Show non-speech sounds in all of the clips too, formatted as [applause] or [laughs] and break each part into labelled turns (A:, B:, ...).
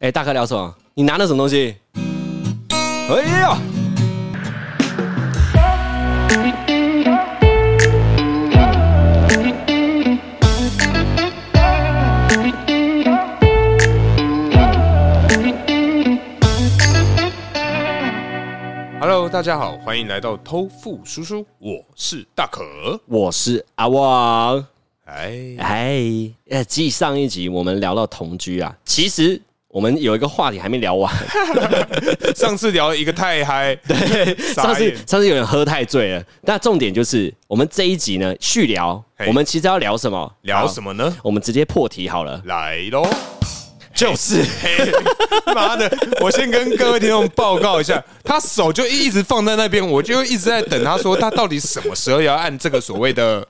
A: 哎，大哥聊什么？你拿的什么东西？哎呀！
B: Hello，大家好，欢迎来到偷富叔叔，我是大可。
A: 我是阿旺。 [laughs]
B: 哎，
A: 哎，呃，继上一集我们聊到同居啊，其实我们有一个话题还没聊 [laughs] 完。
B: 上次聊一个太嗨，对，
A: 上次上次有人喝太醉了，那重点就是我们这一集呢续聊，
B: 嘿
A: 我们其实要聊什么？
B: 聊什
A: 么？
B: 么呢？
A: 我们直接破题好了， [laughs]
B: 来喽！
A: 就是
B: 嘿 [laughs] 妈的，我先跟各位听众报告一下，他手就一直放在那边，我就一直在等他说他到底什么时候要按这个所谓的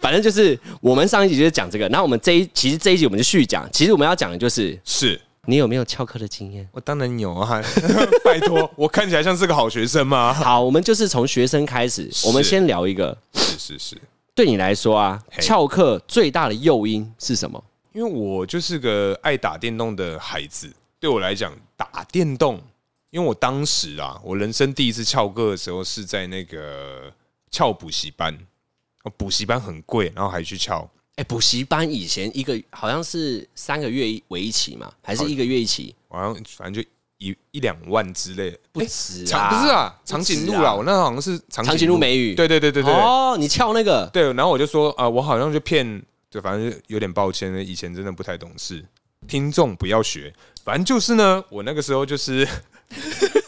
A: 反正就是我们上一集就是讲这个，然后我们这一其实这一集我们就续讲，其实我们要讲的就是
B: 是。
A: 你有没有翘课的经验？
B: 我当然有啊， [laughs] 拜托，我看起来像是个好学生吗？ [laughs]
A: 好，我们就是从学生开始，我们
B: 是
A: 先聊一个，
B: 是是是，
A: 对你来说啊，
B: 嘿
A: 翘课最大的诱因是什么？
B: 因为我就是个爱打电动的孩子，对我来讲，打电动，因为我当时啊，我人生第一次翘课的时候是在那个翘补习班，哦补习班很贵，然后还去翘，
A: 哎、补习班以前一个好像是三个月一为一期嘛，还是一个月一期？
B: 好像反正就一一两万之类的，
A: 不止
B: 长
A: 啊，
B: 哎不是啊，
A: 不止
B: 长颈鹿啦，我那好像是长
A: 长颈鹿美语
B: 对对对对对，
A: 哦，你翘那个，
B: 对，然后我就说啊、呃我好像就骗，对，反正就有点抱歉，以前真的不太懂事。听众不要学，反正就是呢，我那个时候就是 [laughs]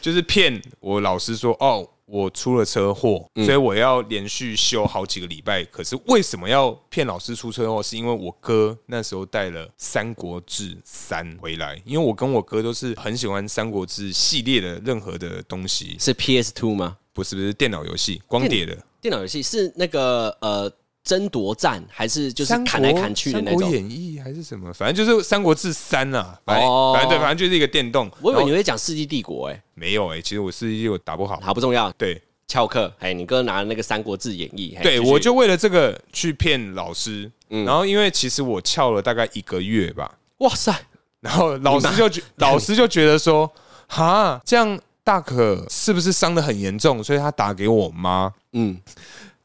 B: 就是骗我老师说，哦，我出了车祸，所以我要连续休好几个礼拜。可是为什么要骗老师出车祸？是因为我哥那时候带了《三国志三》回来，因为我跟我哥都是很喜欢《三国志》系列的任何的东西，
A: 是 PS Two 吗？
B: 不是不是电脑游戏光碟的。
A: 电脑游戏是那个呃争夺战，还是就是砍来砍去的那
B: 三国
A: 种？
B: 演义还是什么，反正就是《三国志三》啊，反正、
A: 哦
B: 反正对，反正就是一个电动。
A: 我以为你
B: 然后
A: 会讲《世纪帝国、欸》
B: 没有哎、其实我是一我打不好
A: 哎，。好不重要，
B: 对
A: 翘课。哎，你哥拿那个《三国志演义》嘿，
B: 对，
A: 继续嗯
B: 我就为了这个去骗老师，然后因为其实我翘了大概一个月吧，
A: 哇塞，
B: 然后老师
A: [laughs]
B: 就觉老师就觉得说，哈，这样大可是不是伤的很严重？所以他打给我妈，
A: 嗯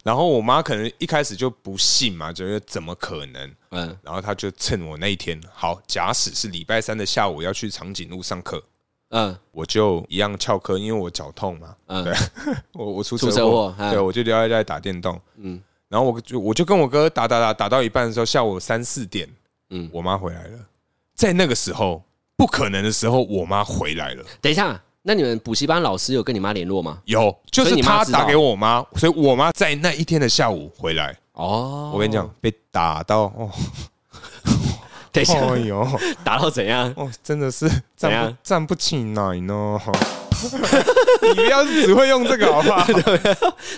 B: 然后我妈可能一开始就不信嘛，觉得怎么可能？
A: 嗯，
B: 然后他就趁我那一天，好，假使是礼拜三的下午要去长颈鹿上课，
A: 嗯，
B: 我就一样翘课，因为我脚痛嘛，
A: 嗯
B: 对， [laughs] 我我出
A: 出
B: 车
A: 车
B: 祸
A: 祸，嗯
B: 对，我就留在家里打电动，
A: 嗯
B: 嗯，然后我就我就跟我哥打打打打到一半的时候，下午三四点，
A: 嗯
B: 嗯，我妈回来了，在那个时候不可能的时候，我妈回来了，
A: 等一下，那你们补习班老师有跟你妈联络吗？
B: 有，就
A: 所以
B: 是
A: 你妈
B: 她
A: 知道
B: 打给我妈，所以我妈在那一天的下午回来，
A: 哦，
B: 我跟你讲，被打到
A: [laughs]
B: 哦，
A: 等一下， [laughs]
B: 哎呦，
A: 打到怎样？
B: 哦，真的是
A: [laughs] 怎
B: 站
A: 样
B: 不站不起来呢。 [laughs] 你不要只会用这个好不
A: [laughs]
B: 好？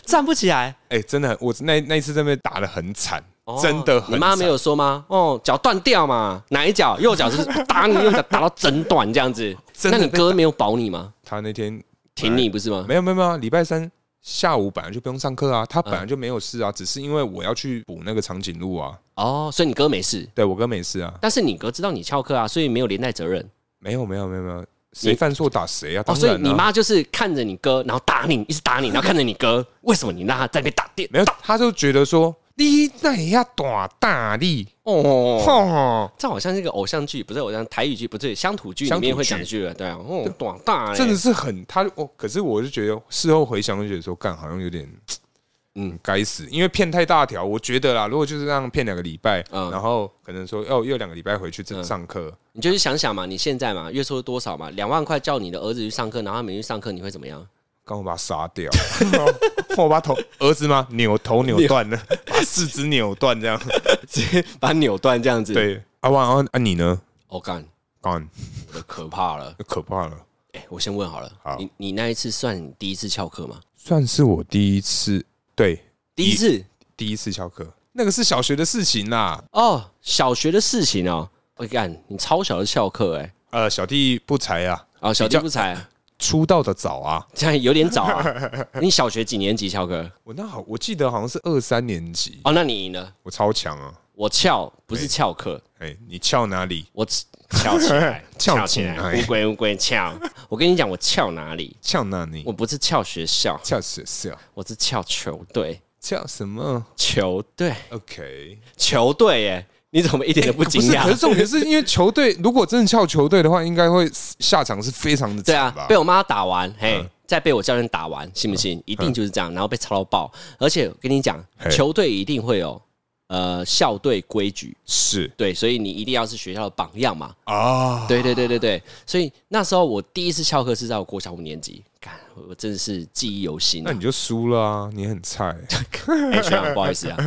A: 站不起来，
B: 哎、真的很，我那那一次真的被打的很惨，
A: 哦
B: 真的
A: 你
B: 很
A: 妈
B: 惨。
A: 没有说吗？哦，脚断掉嘛，哪一脚？右脚是打你右脚打到整断这样子。
B: 真
A: 那
B: 的
A: 你
B: 被
A: 哥没有保你吗？
B: 他那天
A: 挺你不是吗？
B: 没有没有没有，礼拜三下午本来就不用上课
A: 嗯
B: 啊，他本来就没有事啊，只是因为我要去补那个长颈鹿啊，
A: 哦，所以你哥没事，
B: 对我哥没事啊，
A: 但是你哥知道你翘课啊，所以没有连带责任。
B: 没有没有没有没有，谁犯错打谁啊？
A: 哦，
B: 当
A: 所
B: 然、啊
A: 以你妈就是看着你哥，然后打你，一直打你，然后看着你哥， [laughs] 为什么你让他在那边打电？
B: 没有，他就觉得说你那也要打大力
A: 哦，
B: 哦，
A: 这好像那个偶像剧，不是偶像台语剧，不是乡土剧里
B: 乡土
A: 面会
B: 剧
A: 讲的剧了，对啊，哦，短大嘞，
B: 真的是很他我、可是我就觉得事后回想就觉得说，干好像有点，
A: 嗯
B: 嗯，该死，因为骗太大条，我觉得啦，如果就是这样骗两个礼拜，
A: 嗯
B: 然后可能说哦，又两个礼拜回去正上课，
A: 你就是想想嘛，你现在嘛，月收入多少嘛，两万块叫你的儿子去上课，然后他没去上课，你会怎么样？
B: 刚好把他杀掉， [laughs] 我把头儿子吗？扭头扭断
A: [laughs]
B: 了，把四肢扭断这样。
A: [laughs] 直接把他扭断这样子。，
B: 对，啊哇啊啊你呢？
A: 我、干，
B: 干，
A: 我的可怕了。
B: 可怕了，
A: 哎、我先问好了，
B: 好
A: 你你那一次算你第一次翘课吗？
B: 算是我第一次，对，
A: 第一次
B: 第一次翘课，那个是小学的事情啦。
A: 哦，小学的事情哦。我、干，你超小的翘课哎、
B: 呃，小弟不才啊，
A: 哦，小
B: 比
A: 弟
B: 较
A: 不才，
B: 出道的早啊，
A: 这样有点早 [laughs] 啊。你小学几年级翘课？
B: 我那好，我记得好像是二三年级，
A: 哦，那你赢了。
B: 我超强啊！
A: 我翘不是翘课，
B: 哎，你翘哪里？，
A: 我 [laughs] 翘起来
B: 翘
A: 翘起
B: 起
A: 来，
B: 来
A: 乌龟乌龟翘。我跟你讲，我翘哪里？
B: 翘哪里
A: 我？不是翘学 [laughs] 校，
B: 翘学校，
A: 我是翘球队，
B: 翘什么
A: 球队，
B: ？OK，
A: 球队耶！你怎么一点都不惊
B: 是，哎可是
A: 讶？
B: 重点是因为球队 [laughs] 如果真的翘球队的话，应该会下场是非常的
A: 对
B: 惨
A: 啊
B: 吧，嗯
A: 被？我妈打完，嘿，再被我教练打完，信不信？一定就是这样，然后被操到爆。而且我跟你讲，
B: 嘿
A: 球队一定会有呃校队规矩，
B: 是
A: 对，所以你一定要是学校的榜样嘛。
B: 啊，
A: 对对对对对，所以那时候我第一次翘课是在我国小五年级，干，我真的是记忆犹新、
B: 那
A: 啊
B: 你。就输了啊，你
A: [laughs]
B: 很菜。
A: 哎、学长，不好意思啊，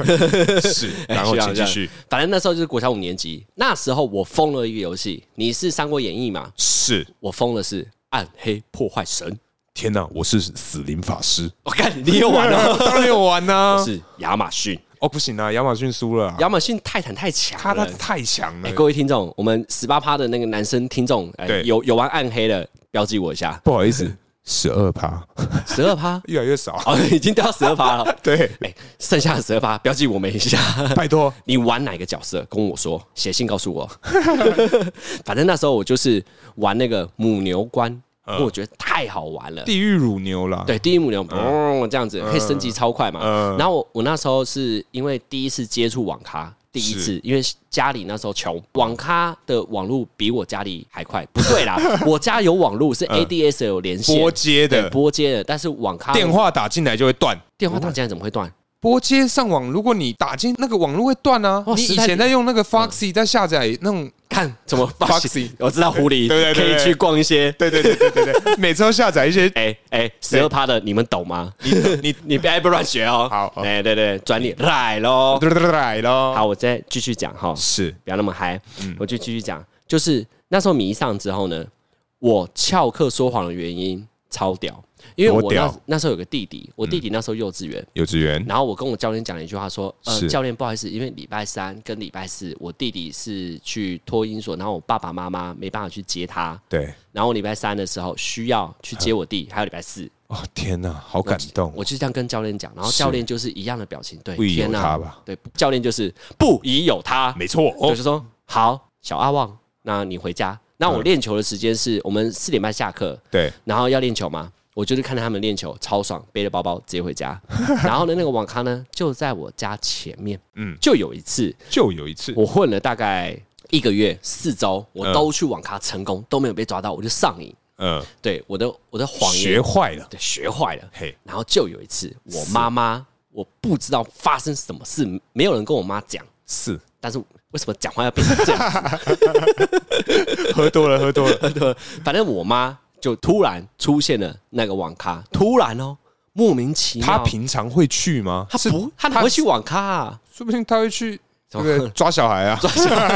B: 是， [laughs] 然后
A: 学长这
B: 请继
A: 样
B: 续。
A: 反正那时候就是国小五年级，那时候我疯了一个游戏，你是《三国演义》嘛？
B: 是，
A: 我疯的是《暗黑破坏神》，
B: 天哪，我是死灵法师。
A: 我、干，你又玩
B: [laughs]
A: 了。
B: 当然有玩
A: [laughs]
B: 呐、
A: 是亚马逊，
B: 哦，不行啊，亚马逊输了啊、
A: 亚马逊泰坦太强
B: 他他
A: 了。
B: 太强了、
A: 哎、各位听众，我们十八趴的那个男生听众，哎、
B: 对
A: 有有玩暗黑的，标记我一下，
B: 不好意思，十二趴，
A: 十二趴， [laughs]
B: 越来越少。
A: 哦，已经掉十二趴了。
B: [laughs] 对，
A: 哎、剩下的十二趴，标记我们一下。
B: 拜托，
A: 你玩哪个角色？跟我说，写信告诉我。 [laughs] 反正那时候我就是玩那个母牛关，
B: 嗯
A: 我觉得太好玩了。
B: 地狱乳牛啦。，
A: 对，第一母牛，嘣这样子可以升级超快嘛。
B: 嗯
A: 然后我我那时候是因为第一次接触网咖，第一次
B: 是
A: 因为家里那时候穷，网咖的网路比我家里还快。不对 [laughs] 啦，我家有网路是 ADSL 有连线
B: 拨接
A: 对
B: 的
A: 嗯拨接的，但是网咖
B: 电话打进来就会断。
A: 电话打进来怎么会断？
B: 拨接上网，如果你打进那个网络会断啊。
A: 哦
B: 你
A: 时
B: 以
A: 代
B: 前在用那个 Foxy 在下载那种，
A: 看怎么 [laughs] 发现
B: Foxy
A: 我知道狐 [laughs] 狸
B: 对对
A: 可
B: 对
A: 以
B: 对
A: 去逛一些
B: 对对对对对对， [laughs] 每次都下载一些。
A: 哎哎，十二趴的你们懂吗？你
B: 你
A: 你不要不乱学 [laughs] 哦。
B: 好好
A: 哎对对，转你来喽。
B: 来咯，
A: 好，我再继续讲哈，
B: 是
A: 不要那么嗨，
B: 嗯
A: 我就继续讲。就是那时候迷上之后呢，我翘课说谎的原因超屌，因为我
B: 多
A: 那
B: 屌嗯
A: 那时候有个弟弟，我弟弟那时候幼稚园。
B: 幼稚园
A: 然后我跟我教练讲了一句话，说：“呃，
B: 是
A: 教练，不好意思，因为礼拜三跟礼拜四，我弟弟是去托婴所，然后我爸爸妈妈没办法去接他，
B: 对。
A: 然后我礼拜三的时候需要去接我弟，还有礼拜四，
B: 哦天哪，好感动！
A: 我就这样跟教练讲，然后
B: 是
A: 教练就是一样的表情，对，
B: 不宜有
A: 天哪
B: 他吧？
A: 对，教练就是不宜有他，
B: 没错
A: 我
B: 哦
A: 就，说好，小阿旺，那你回
B: 嗯
A: 家。那我练球的时间是我们四点半下课，
B: 对，
A: 然后要练球嘛，我就是看着他们练球，超爽，背着包包直接回
B: [laughs]
A: 家。然后呢，那个网咖呢就在我家前面，嗯
B: 嗯，
A: 就有一次
B: 就有一次
A: 我混了大概一个月四周，我都去网咖成功，都没有被抓到，我就上瘾。
B: 嗯，
A: 对我的我的谎
B: 学
A: 言，
B: 坏了，
A: 对学坏了，
B: 嘿，
A: 然后就有一次，我妈妈我不知道发生什么事，没有人跟我妈讲，
B: 是
A: 但是为什么讲话要变成这样？
B: [laughs] 喝多了，喝多 [laughs] 了，
A: 反正我妈就突然出现了那个网咖，突然哦，莫名其妙。
B: 他平常会去吗？
A: 她
B: 是
A: 不，她哪会去网咖啊？
B: 说不定他会去，
A: 怎
B: 对不
A: 么
B: 对？抓小孩啊，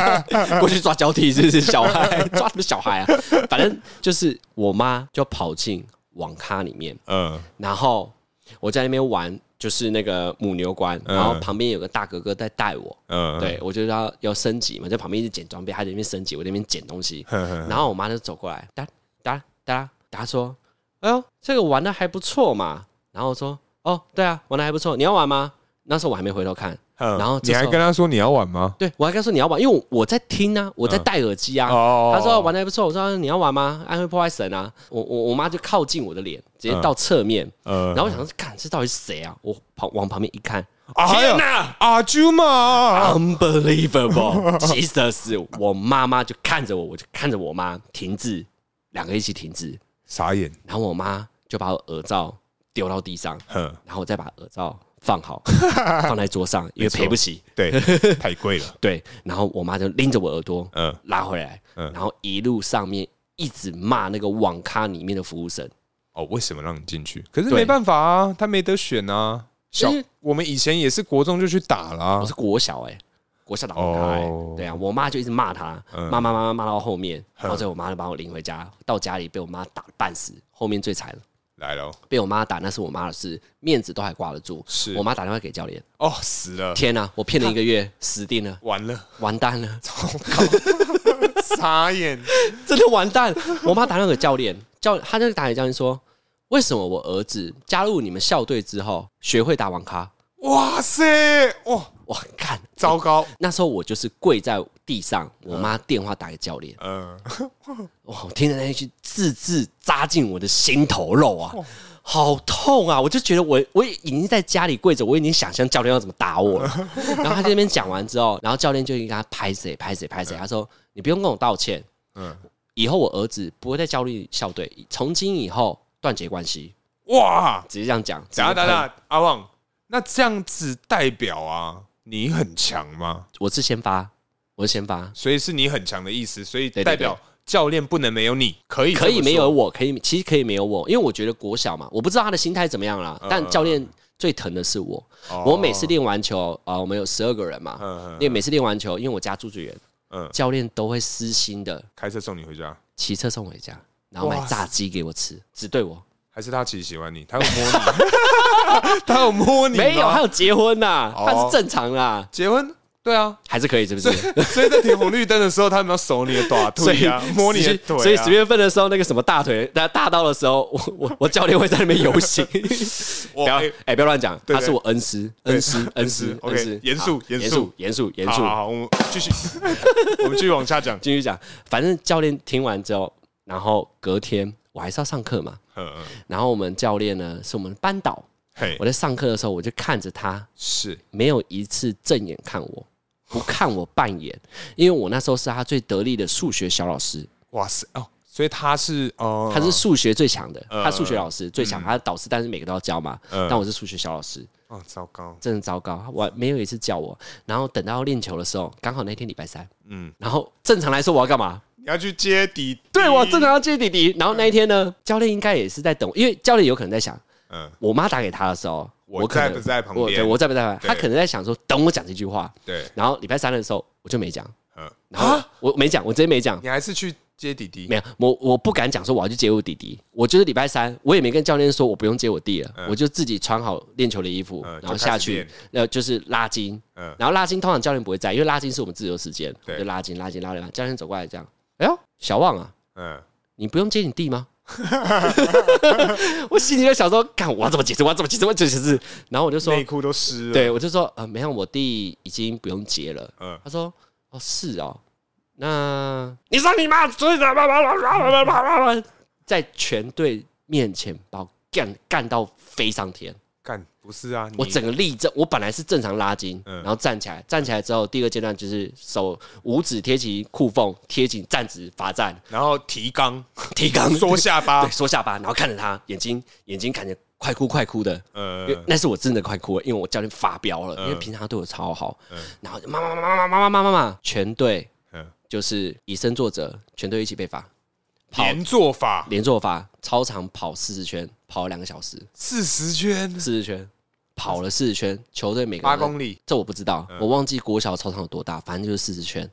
A: [laughs] 过去抓交替是不是？小孩抓什么小 [laughs] 孩啊？反正就是我妈就跑进网咖里面，
B: 嗯，
A: 然后我在那边玩，就是那个母牛关，然后旁边有个大哥哥在带我，
B: 嗯， [laughs]
A: 对，我就要要升级嘛，在旁边一直捡装备，他在那边升级，我在那边捡东西，
B: 嗯
A: 然后我妈就走过来，哒哒哒哒说：“哎呦，这个玩的还不错嘛。”然后我说：“哦，对啊，玩的还不错，你要玩吗？”那时候我还没回头看，
B: 嗯
A: 然后这
B: 你
A: 时候
B: 还跟他说你要玩吗？
A: 对我还跟他说你要玩，因为我我在听啊，我在戴耳机啊。
B: 嗯哦
A: 他说玩的还不错，我说你要玩吗？安徽破坏神啊！我我我妈就靠近我的脸，直接到侧面，
B: 呃
A: 然后我想说，看这到底是谁啊？我跑往旁边一看，
B: 哎
A: 天
B: 呦
A: 哪！啊
B: 阿朱嘛，
A: Unbelievable，Jesus！我妈妈就看着我，我就看着我妈停滞，两个一起停滞，
B: 傻眼，
A: 然后我妈就把我耳罩丢到地上，
B: 哼，
A: 然后我再把耳罩放
B: [laughs]
A: 好，放在桌上，因为
B: 错
A: 赔不起。 [laughs]
B: 对，太贵了，
A: 对，然后我妈就拎着我耳朵
B: 嗯，
A: 拉回来，
B: 嗯
A: 然后一路上面一直骂那个网咖里面的服务生，
B: 哦，为什么让你进去？可是
A: 对
B: 没办法啊，他没得选啊。小
A: 因为，
B: 我们以前也是国中就去打啦
A: 我是。国小哎、国小打网咖哎、
B: 哦嗯
A: 对啊，我妈就一直骂他，骂骂骂骂骂到后面，然后最后我妈就把我领回家，到家里被我妈打半死，后面最惨了。
B: 来了，
A: 被我妈打，那是我妈的事，面子都还挂得住。
B: 是
A: 我妈打电话给教练，
B: 哦，死了，
A: 天哪、我骗了一个月，死定了，
B: 完了， [laughs]
A: 完蛋了，
B: 傻眼，
A: 真的完蛋。我妈打电话给教练，教她就打给教练说，为什么我儿子加入你们校队之后学会打网咖？
B: 哇塞，哇，
A: 哇，看
B: 糟糕，
A: 那时候我就是跪在地上，我妈电话打给教练，
B: 嗯，
A: 哇，我哦听着那一句字字扎进我的心头肉啊，
B: 哦
A: 好痛啊！我就觉得我我已经在家里跪着，我已经想象教练要怎么打
B: [laughs]
A: 我了。然后他在那边讲完之后，然后教练就跟他拍谁拍谁拍谁，他说你不用跟我道歉，
B: 嗯
A: 以后我儿子不会再焦虑校队，从今以后断绝关系，
B: 哇，
A: 直接这样讲。
B: 等下
A: 直接
B: 等
A: 喷
B: 下，阿旺，那这样子代表啊，你很强吗？
A: 我是先发，我是先发，
B: 所以是你很强的意思，所以
A: 对对
B: 代表教练不能没有你，可以
A: 可
B: 这
A: 以
B: 么
A: 没
B: 说
A: 有我，可以其实可以没有我，因为我觉得国小嘛，我不知道他的心态怎么样啦
B: 嗯，
A: 但教练最疼的是我。
B: 哦
A: 我每次练完球啊、我们有十二个人嘛，
B: 嗯嗯
A: 练每次练完球，因为我家住最远，
B: 嗯，
A: 教练都会私心的
B: 开车送你回家，
A: 骑车送回家，然后
B: 哇
A: 买炸鸡给我吃，只对我
B: 还是他其实喜欢你，他有摸
A: [laughs]
B: 你，他有摸你吗，
A: 没有，还有结婚呐、
B: 哦
A: 那、是正常啦，
B: 结婚。对啊，
A: 还是可以是不是？
B: 所以在停红绿灯的时候，他们要手你的大
A: [laughs] 所以
B: 腿啊，摸你的腿、啊，
A: 所以十月份的时候，那个什么大腿，大大到的时候，我我我教练会在那边游行。
B: [laughs] 我
A: 不要
B: 哎
A: 哎，不要乱讲，
B: 对
A: 他是我恩师，恩师，恩师
B: 师，
A: 恩
B: OK，
A: 师，
B: 严肃
A: 好
B: 严
A: 严
B: 肃
A: 肃，严肃，严
B: 好
A: 肃
B: 好。好，我们继续， [laughs] 我们继续往下讲。
A: 继续讲，反正教练听完之后，然后隔天我还是要上课嘛，
B: 嗯嗯，
A: 然后我们教练呢是我们班导，
B: 嘿
A: 我，在上课的时候，我就看着他，
B: 是
A: 没有一次正眼看我，不看我扮演，因为我那时候是他最得力的数学小老师，
B: 哇塞哦，所以他是哦，
A: 他是数学最强的，
B: 呃
A: 他数学老师最强，他的导师但是每个都要教嘛，
B: 嗯
A: 但我是数学小老师，
B: 哦，糟糕，
A: 真的糟糕，我没有一次叫我。然后等到练球的时候，刚好那天礼拜三，
B: 嗯，
A: 然后正常来说我要干嘛？
B: 你要去接底，
A: 对我正常
B: 嗯
A: 要接弟弟。然后那一天呢，教练应该也是在等我，因为教练有可能在想，
B: 嗯，
A: 我妈打给他的时候，
B: 我
A: 可能
B: 在不在旁
A: 我
B: 边
A: 对我在不在旁边？
B: 对
A: 他可能在想说，等我讲这句话。
B: 对，
A: 然后礼拜三的时候我就没讲，
B: 嗯，
A: 然后
B: 啊，
A: 我没讲，我直接没讲。
B: 你还是去接底底
A: 没，有，我我不敢讲说我要去接我弟弟，我就是礼拜三，我也没跟教练说我不用接我弟了，我就自己穿好练球的衣服，
B: 嗯
A: 然后下
B: 就开
A: 去
B: 始练，
A: 呃，就是拉筋，
B: 嗯
A: 然后拉筋通常教练不会在，因为拉筋是我们自由时间，
B: 对
A: 我就拉筋拉筋拉筋，拉筋教练走过来这样，哎呦，小旺啊，
B: 嗯，
A: 你不用接你弟吗？ [laughs] 我心里就想说，看我要怎么解释，我要怎么解释，我要怎么解释。然后我就说
B: 内，裤都湿了，，
A: 对我就说，呃，没有，我弟已经不用接了。
B: 嗯，
A: 他说，哦，是哦，那你说你妈，所以怎么叭叭叭叭叭叭叭，在全队面前把我干干到飞上天。
B: 干不是啊，
A: 我
B: 你
A: 整个立正，我本来是正常拉筋，
B: 嗯
A: 然后站起来，站起来之后，第二个阶段就是手五指贴起裤缝，贴紧站直罚站，
B: 然后提肛，
A: 提肛
B: 缩下巴
A: 对，，缩下巴，然后看着他，眼睛眼睛看着快哭快哭的，
B: 呃
A: 因为，那是我真的快哭了，因为我教练发飙了，因为平常他对我超好，然后就妈妈妈妈妈妈妈妈妈，全队
B: 嗯，
A: 就是以身作则，全队一起被罚，跑
B: 连坐法
A: 连坐罚，操场跑四十圈，跑了两个小时，
B: 四十圈，
A: 四十圈。跑了四十圈，球队每个
B: 八
A: 人
B: 公里，
A: 这我不知
B: 嗯
A: 道，我忘记国小操场有多大，反正就是四十圈。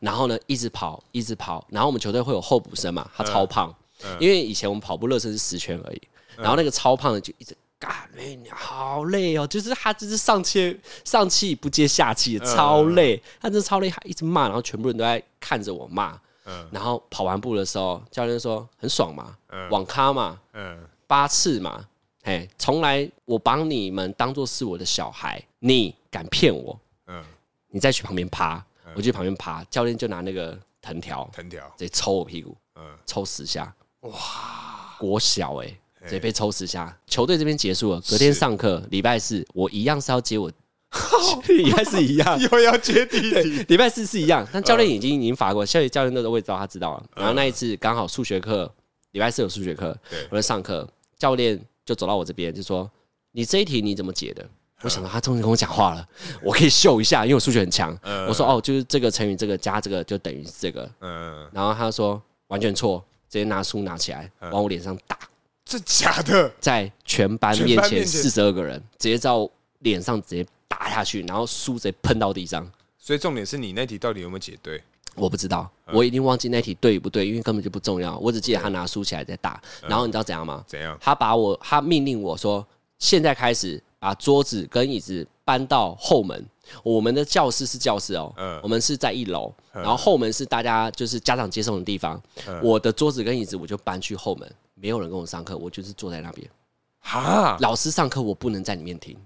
A: 然后呢，一直跑，一直跑。然后我们球队会有候补生嘛，
B: 嗯
A: 他超胖，因为以前我们跑步热身是十圈而已，
B: 嗯
A: 然后那个超胖的就一直。嘎累，好累哦！就是他，就是上气上气不接下气，
B: 嗯
A: 超累。他真的超累，他一直骂，然后全部人都在看着我骂。
B: 嗯
A: 然后跑完步的时候，教练说很爽嘛，
B: 嗯
A: 网咖嘛，
B: 嗯，
A: 八次嘛，嘿，从来我把你们当做是我的小孩，你敢骗我，
B: 嗯，
A: 你再去旁边趴，我就去旁边趴，教练就拿那个藤条
B: 藤条，
A: 直接抽我屁股，
B: 嗯，
A: 抽十下，
B: 哇，
A: 国小哎、直接被抽十下，球队这边结束了，隔天上课，礼拜四我一样是要
B: [laughs]
A: 接我，礼拜四一样。
B: [laughs] 又要接底嗯底，
A: [laughs] 礼拜四是一样，但教练
B: 嗯
A: 已经已经罚过，教练教练都都会知道，他知道了。然后那一次刚好数学课，礼拜四有数学课
B: 对，
A: 我在上课，教练就走到我这边就说：“你这一题你怎么
B: 嗯
A: 解的？”我想到他终于跟我讲话了，我可以秀一下，因为我数学很强。我说：“哦，就是这个乘以这个加这个就等于是这个。
B: 嗯”，
A: 然后他说：“完全错，直接拿书拿起来
B: 嗯
A: 往我脸上打，
B: 这假的，
A: 在全班
B: 全班
A: 面
B: 面
A: 前
B: 前
A: 四十二个人直接在我脸上直接打下去，然后书直接喷到地上。”
B: 所以重点是你那题到底有没有解对？
A: 我不知道，
B: 嗯
A: 我已经忘记那题对与不对，因为根本就不重要。我只记得他拿书起来在打，然后你知道怎样吗？
B: 嗯怎样？
A: 他把我，他命令我说，现在开始把桌子跟椅子搬到后门。我们的教室是教室哦，
B: 嗯
A: 我们是在一楼，然后后门是大家就是家长接送的地方。
B: 嗯
A: 我的桌子跟椅子我就搬去后门，没有人跟我上课，我就是坐在那边。
B: 哈，
A: 老师上课我不能在里面听，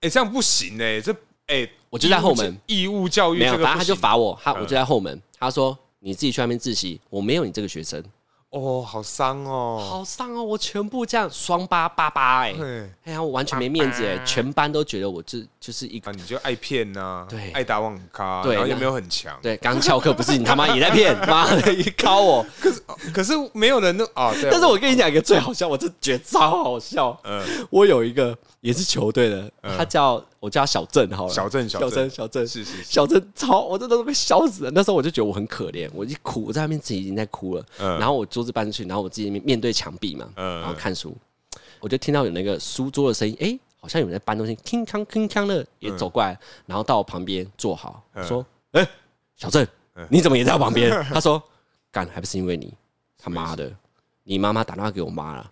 B: 哎、这样不行哎、这哎、哎，
A: 我就在后门
B: 义务教育
A: 没有
B: 这，个
A: 反正他
B: 不
A: 就
B: 行嗯
A: 罚我，他我就在后门，他说你自己去那边自习，我没有你这个学生，
B: 哦，好伤哦，
A: 好伤哦，我全部这样双八八八哎，
B: 对，
A: 哎呀，我完全没面子哎，全班都觉得我这就是一个
B: 啊，你就爱骗呐，
A: 对
B: 爱打网咖，
A: 对
B: 然后又
A: 那
B: 没有很强，
A: 对刚翘课不是你他妈也在骗，妈的一高
B: [laughs]
A: 我，
B: 可是没有人那啊，对啊
A: 但是我跟你讲一个最好笑，我这觉得超好笑。
B: 嗯
A: 我有一个也是球队的，
B: 嗯
A: 他叫我叫他小郑好了，
B: 小郑小
A: 小
B: 郑
A: 郑小郑
B: 是是是，
A: 小郑超，我真的都被笑死了。那时候我就觉得我很可怜，我一哭，我在那边自己已经在哭了。
B: 嗯
A: 然后我桌子搬出去，然后我自己面对墙壁嘛，
B: 嗯
A: 然后看书，我就听到有那个书桌的声音，诶，好像有人在搬东西，铿锵铿锵的也走过来，然后到我旁边坐好，
B: 嗯
A: 说：“诶，小郑
B: 嗯，
A: 你怎么也在我
B: [laughs]
A: 旁边？”他说：“干，还不是因为你他妈的，你妈妈打电话给我妈了。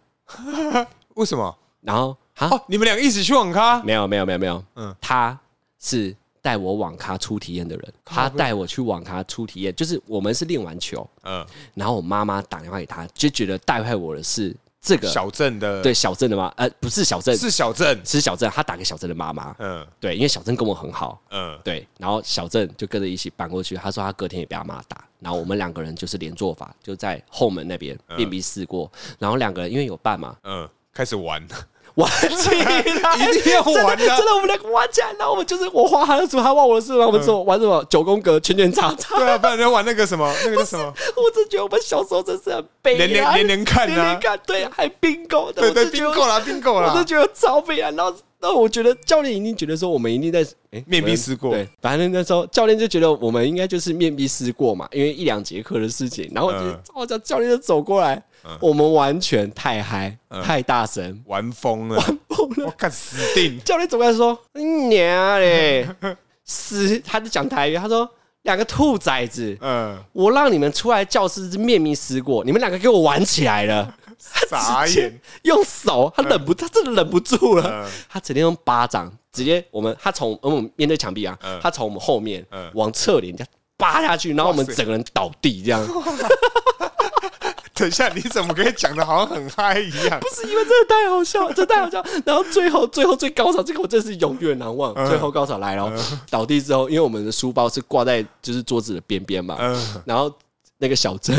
B: 为什么？”
A: 然后哈，
B: 哦，你们两个一起去网咖，
A: [laughs] 没有没有没有没有，
B: 嗯
A: 他是带我网咖初体验的人，他带我去网咖初体验，就是我们是练完球，
B: 嗯，
A: 然后我妈妈打电话给他，就觉得带坏我的是这个
B: 小镇的，
A: 对，小郑的妈，呃，不是小郑，
B: 是小镇，
A: 是小郑，他打给小郑的妈妈，
B: 嗯
A: 对，因为小郑跟我很好。
B: 嗯，
A: 对，然后小郑就跟着一起搬过去。他说他隔天也被他妈打，然后我们两个人就是连坐法，就在后门那边练鼻试过。然后两个人因为有伴嘛，
B: 嗯，开始玩， [laughs]
A: 玩起来，
B: 一定要玩的
A: 真的
B: 啊嗯
A: 真的，我们两个玩起来，然后我们就是我花他的书，他挖我的书，然后我们做玩什么九宫格、圈圈叉叉。
B: 对啊，不然就玩那个什么，那个叫什么，
A: [laughs] 我真觉得我们小时候真是很悲哀，
B: 连连连连看啊
A: 连连看，对，还冰狗的，
B: 对对
A: 我就觉得
B: ，bingo 啦，bingo
A: 我
B: 啦
A: 就，觉得超悲哀。然后，然后我觉得教练一定觉得说我们一定在哎
B: 面壁思过
A: 对，反正那时候教练就觉得我们应该就是面壁思过嘛，因为一两节课的事情。然后就
B: 嗯
A: 好像教练就走过来，我们完全太嗨、
B: 嗯
A: 太大声，
B: 玩疯了，
A: 疯了
B: 我看死定，
A: 教练走过来说：“你娘嘞， [laughs] 死！”他就讲台语，他说：“两个兔崽子，
B: 嗯，
A: 我让你们出来教室是面面思过，你们两个给我玩起来了。” [laughs]
B: 傻
A: 直接
B: 眼，
A: 用手，他忍不，他真的忍不住了
B: 嗯，
A: 他直接用巴掌，直接我们他从我们面对墙壁啊
B: 嗯，
A: 他从我们后面
B: 嗯
A: 往侧脸这样扒下去，然后我们
B: 哇塞
A: 整个人倒地这样。
B: 等一下，你怎么可以讲的好像很嗨一样？
A: 不是因为真的太好笑 [laughs] 了，真的太好笑。然后最后最后最高潮，这个我真是永远难忘。
B: 嗯
A: 最后高潮来了，哦倒地之后，因为我们的书包是挂在就是桌子的边边嘛，
B: 嗯
A: 然后。那个小
B: [laughs]
A: 郑，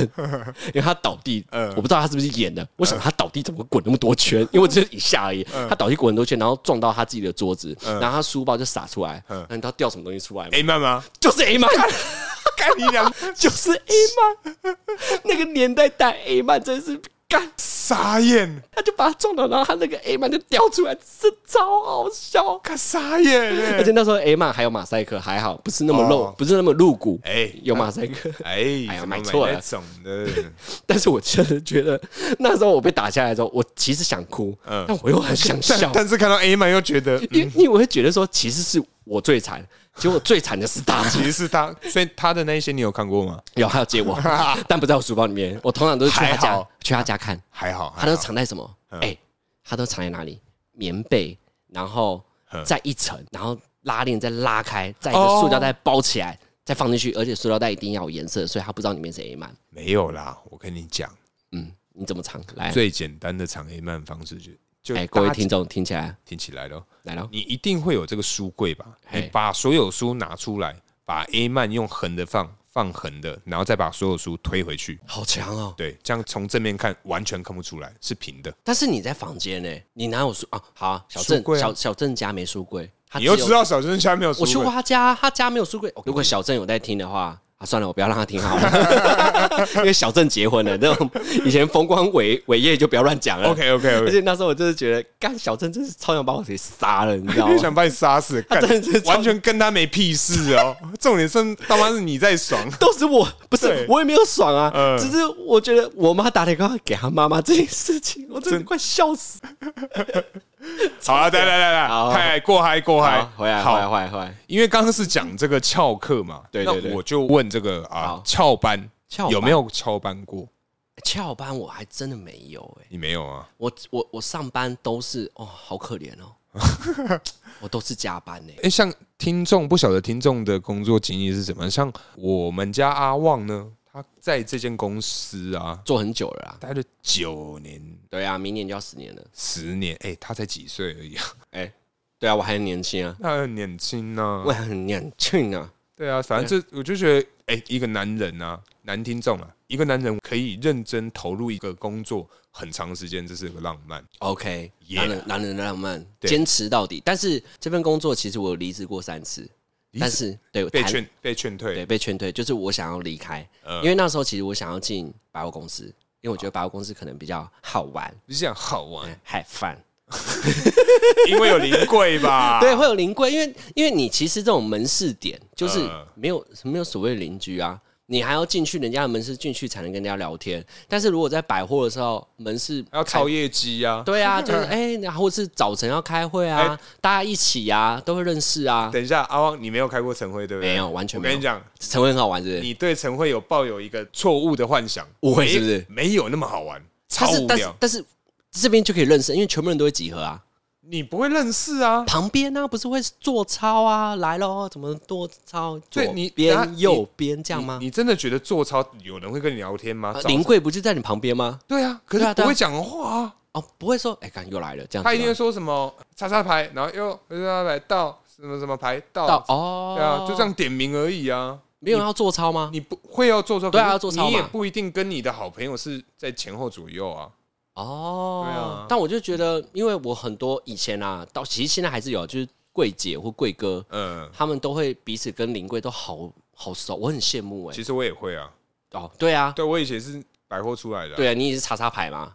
A: 因为他倒地，
B: 嗯嗯
A: 我不知道他是不是演的。我想他倒地怎么会滚那么多圈？因为我只是一下而已。他倒地滚很多圈，然后撞到他自己的桌子，然后他书包就洒出来。
B: 嗯
A: 那你知道掉什么东西出来吗？
B: 哎，妈妈，
A: 就是 A 曼， [laughs]
B: 干你俩
A: 就是 A 曼。
B: [laughs]
A: 那个年代带 A 曼真是干
B: 傻眼，
A: 他就把他撞倒，然后他那个 A 曼就掉出来，这超好笑。
B: 看傻眼欸，
A: 而且那时候 A 曼还有马赛克，还好不是那么露，
B: 哦
A: 不是那么露骨，
B: 哎
A: 有马赛克。 [laughs]
B: 哎，
A: 哎呀
B: 怎么
A: 买
B: 买
A: 错了
B: 那种的，
A: 但是我真的觉得那时候我被打下来之后，我其实想哭，
B: 嗯
A: 但我又很想笑
B: [laughs] 但，但是看到 A 曼又觉得，嗯
A: 因为因为我会觉得说，其实是我最惨，结果最惨的是他，
B: [laughs] 其实是他，所以他的那一些你有看过吗？
A: 有还有借我，但不在我书包里面，我通常都是去他
B: 还
A: 家
B: 好，
A: 去他家看。
B: 还好，
A: 他都
B: 还好
A: 藏在什么？
B: 嗯
A: 哎、他都藏在哪里？棉被，然后
B: 嗯哦
A: 再一层，然后拉链再拉开，再一个塑料袋包起来，再放进去，而且塑料袋一定要有颜色，所以他不知道里面是 A 曼。
B: 没有啦。我跟你讲，
A: 嗯，你怎么藏？来，
B: 最简单的藏 A 曼方式就就
A: 哎、
B: 大家
A: 各位听众听起来
B: 听起来咯，
A: 来了，
B: 你一定会有这个书柜吧？
A: 嘿
B: 你把所有书拿出来，把 A 曼用横的放，放横的，然后再把所有书推回去。
A: 好强哦！
B: 对，这样从正面看完全看不出来是平的，
A: 但是你在房间呢、你哪有书啊？好啊小郑
B: 书、柜啊
A: 小小郑家没书柜，他
B: 你
A: 只有
B: 又知道小镇下没有书
A: 我去
B: 柜
A: 过，他家，他家没有书柜。如果小郑有在听的话，啊，算了，我不要让他听好了， [laughs] 因为小郑结婚了，那种以前风光伟伟业就不要乱讲了。
B: OK
A: [laughs]
B: OK
A: 而
B: OK，
A: 且那时候我真的觉得，干小郑真是超想把我给杀了，你知道 [laughs]
B: 就
A: 吗？
B: 想把你杀死，干
A: 真的是
B: 完全跟他没屁事哦。重点是他妈是你在爽，
A: 都是我，不是
B: 对
A: 我也没有爽啊，
B: 嗯
A: 只是我觉得我妈打电话给她妈妈这件事情，我真的快笑死。
B: 好了，来来来
A: 好
B: 来，太过嗨过嗨
A: 好，，回来，回
B: 好
A: 来，回来，回来。
B: 因为刚刚是讲这个翘课嘛，
A: 对对对
B: 那我就问这个啊
A: 好，
B: 翘班
A: 翘班
B: 有没有翘班过？
A: 翘班我还真的没有哎、
B: 你没有啊？
A: 我我我上班都是哦，好可怜 [laughs] 哦，我都是加班欸呢、
B: 哎、像听众不晓得听众的工作经历是什么？像我们家阿旺呢，他在这间公司啊
A: 做很久了啦。
B: 待了九年、
A: 对啊，明年就要十年了。
B: 十年，哎、他才几岁而已啊， [laughs]
A: 哎、对啊，我还很年轻啊，
B: 他很年轻啊呢、
A: 我还很年轻啊。
B: 对啊，反正这我就觉得，哎、一个男人啊，男听众啊，一个男人可以认真投入一个工作很长时间，这是个浪漫。
A: OK，
B: Yeah
A: 男人男人的浪漫，
B: 对
A: 坚持到底。但是这份工作其实我有离职过三次，
B: 离
A: 但
B: 职
A: 是对
B: 被
A: 谈
B: 劝被劝退嗯
A: 对，被劝退，就是我想要离开，因为那时候其实我想要进百货公司，因为我觉得百货公司可能比较好玩，
B: 不是这样好玩，
A: 还 fun。
B: 因为有临柜
A: [laughs]
B: 吧？
A: 对，会有临柜，因为因为你其实这种门市点就是
B: 嗯
A: 没有没有所谓的邻居啊，你还要进去人家的门市进去才能跟人家聊天。但是如果在百货的时候，门市
B: 还要
A: 开
B: 抄业绩啊。
A: 对
B: [laughs]
A: 啊，就是哎，然后是早晨要开会啊，
B: 哎
A: 大家一起啊，都会认识啊。
B: 等一下，阿汪，你没有开过晨会对不对？
A: 没有完全
B: 我
A: 没有
B: 跟你讲，
A: 晨会很好玩，是不是？
B: 你对晨会有抱有一个错误的幻想，
A: 误会
B: 没
A: 是不是
B: 没有那么好玩，超
A: 但是
B: 无
A: 但是
B: 聊，
A: 但是这边就可以认识，因为全部人都会集合啊。
B: 你不会认识啊。
A: 旁边呢、不是会做操啊？来咯，怎么多操？
B: 对
A: 左
B: 你等下
A: 边
B: 你
A: 右边这样吗
B: 你？你真的觉得做操有人会跟你聊天吗？
A: 啊
B: 早
A: 林贵不就在你旁边吗？
B: 对啊，可是
A: 对啊对
B: 不
A: 啊
B: 会讲话啊。
A: 哦，不会说，哎、看又来了这样子吗。
B: 他一定会说什么叉叉牌，然后又叉叉牌到什么什么牌到，
A: 到哦，
B: 对啊，就这样点名而已啊。
A: 没有人要做操吗？
B: 你不会要做操，
A: 对啊
B: 可是
A: 要做操嘛
B: 你也不一定跟你的好朋友是在前后左右啊。
A: 哦，
B: 对啊
A: 但我就觉得，因为我很多以前啊，到其实现在还是有，就是贵姐或贵哥，
B: 嗯，
A: 他们都会彼此跟林贵都好好熟，我很羡慕哎、
B: 其实我也会啊，
A: 哦，对啊，
B: 对我以前是百货出来的啊，
A: 对啊，你也是叉叉牌
B: [laughs]
A: 嘛。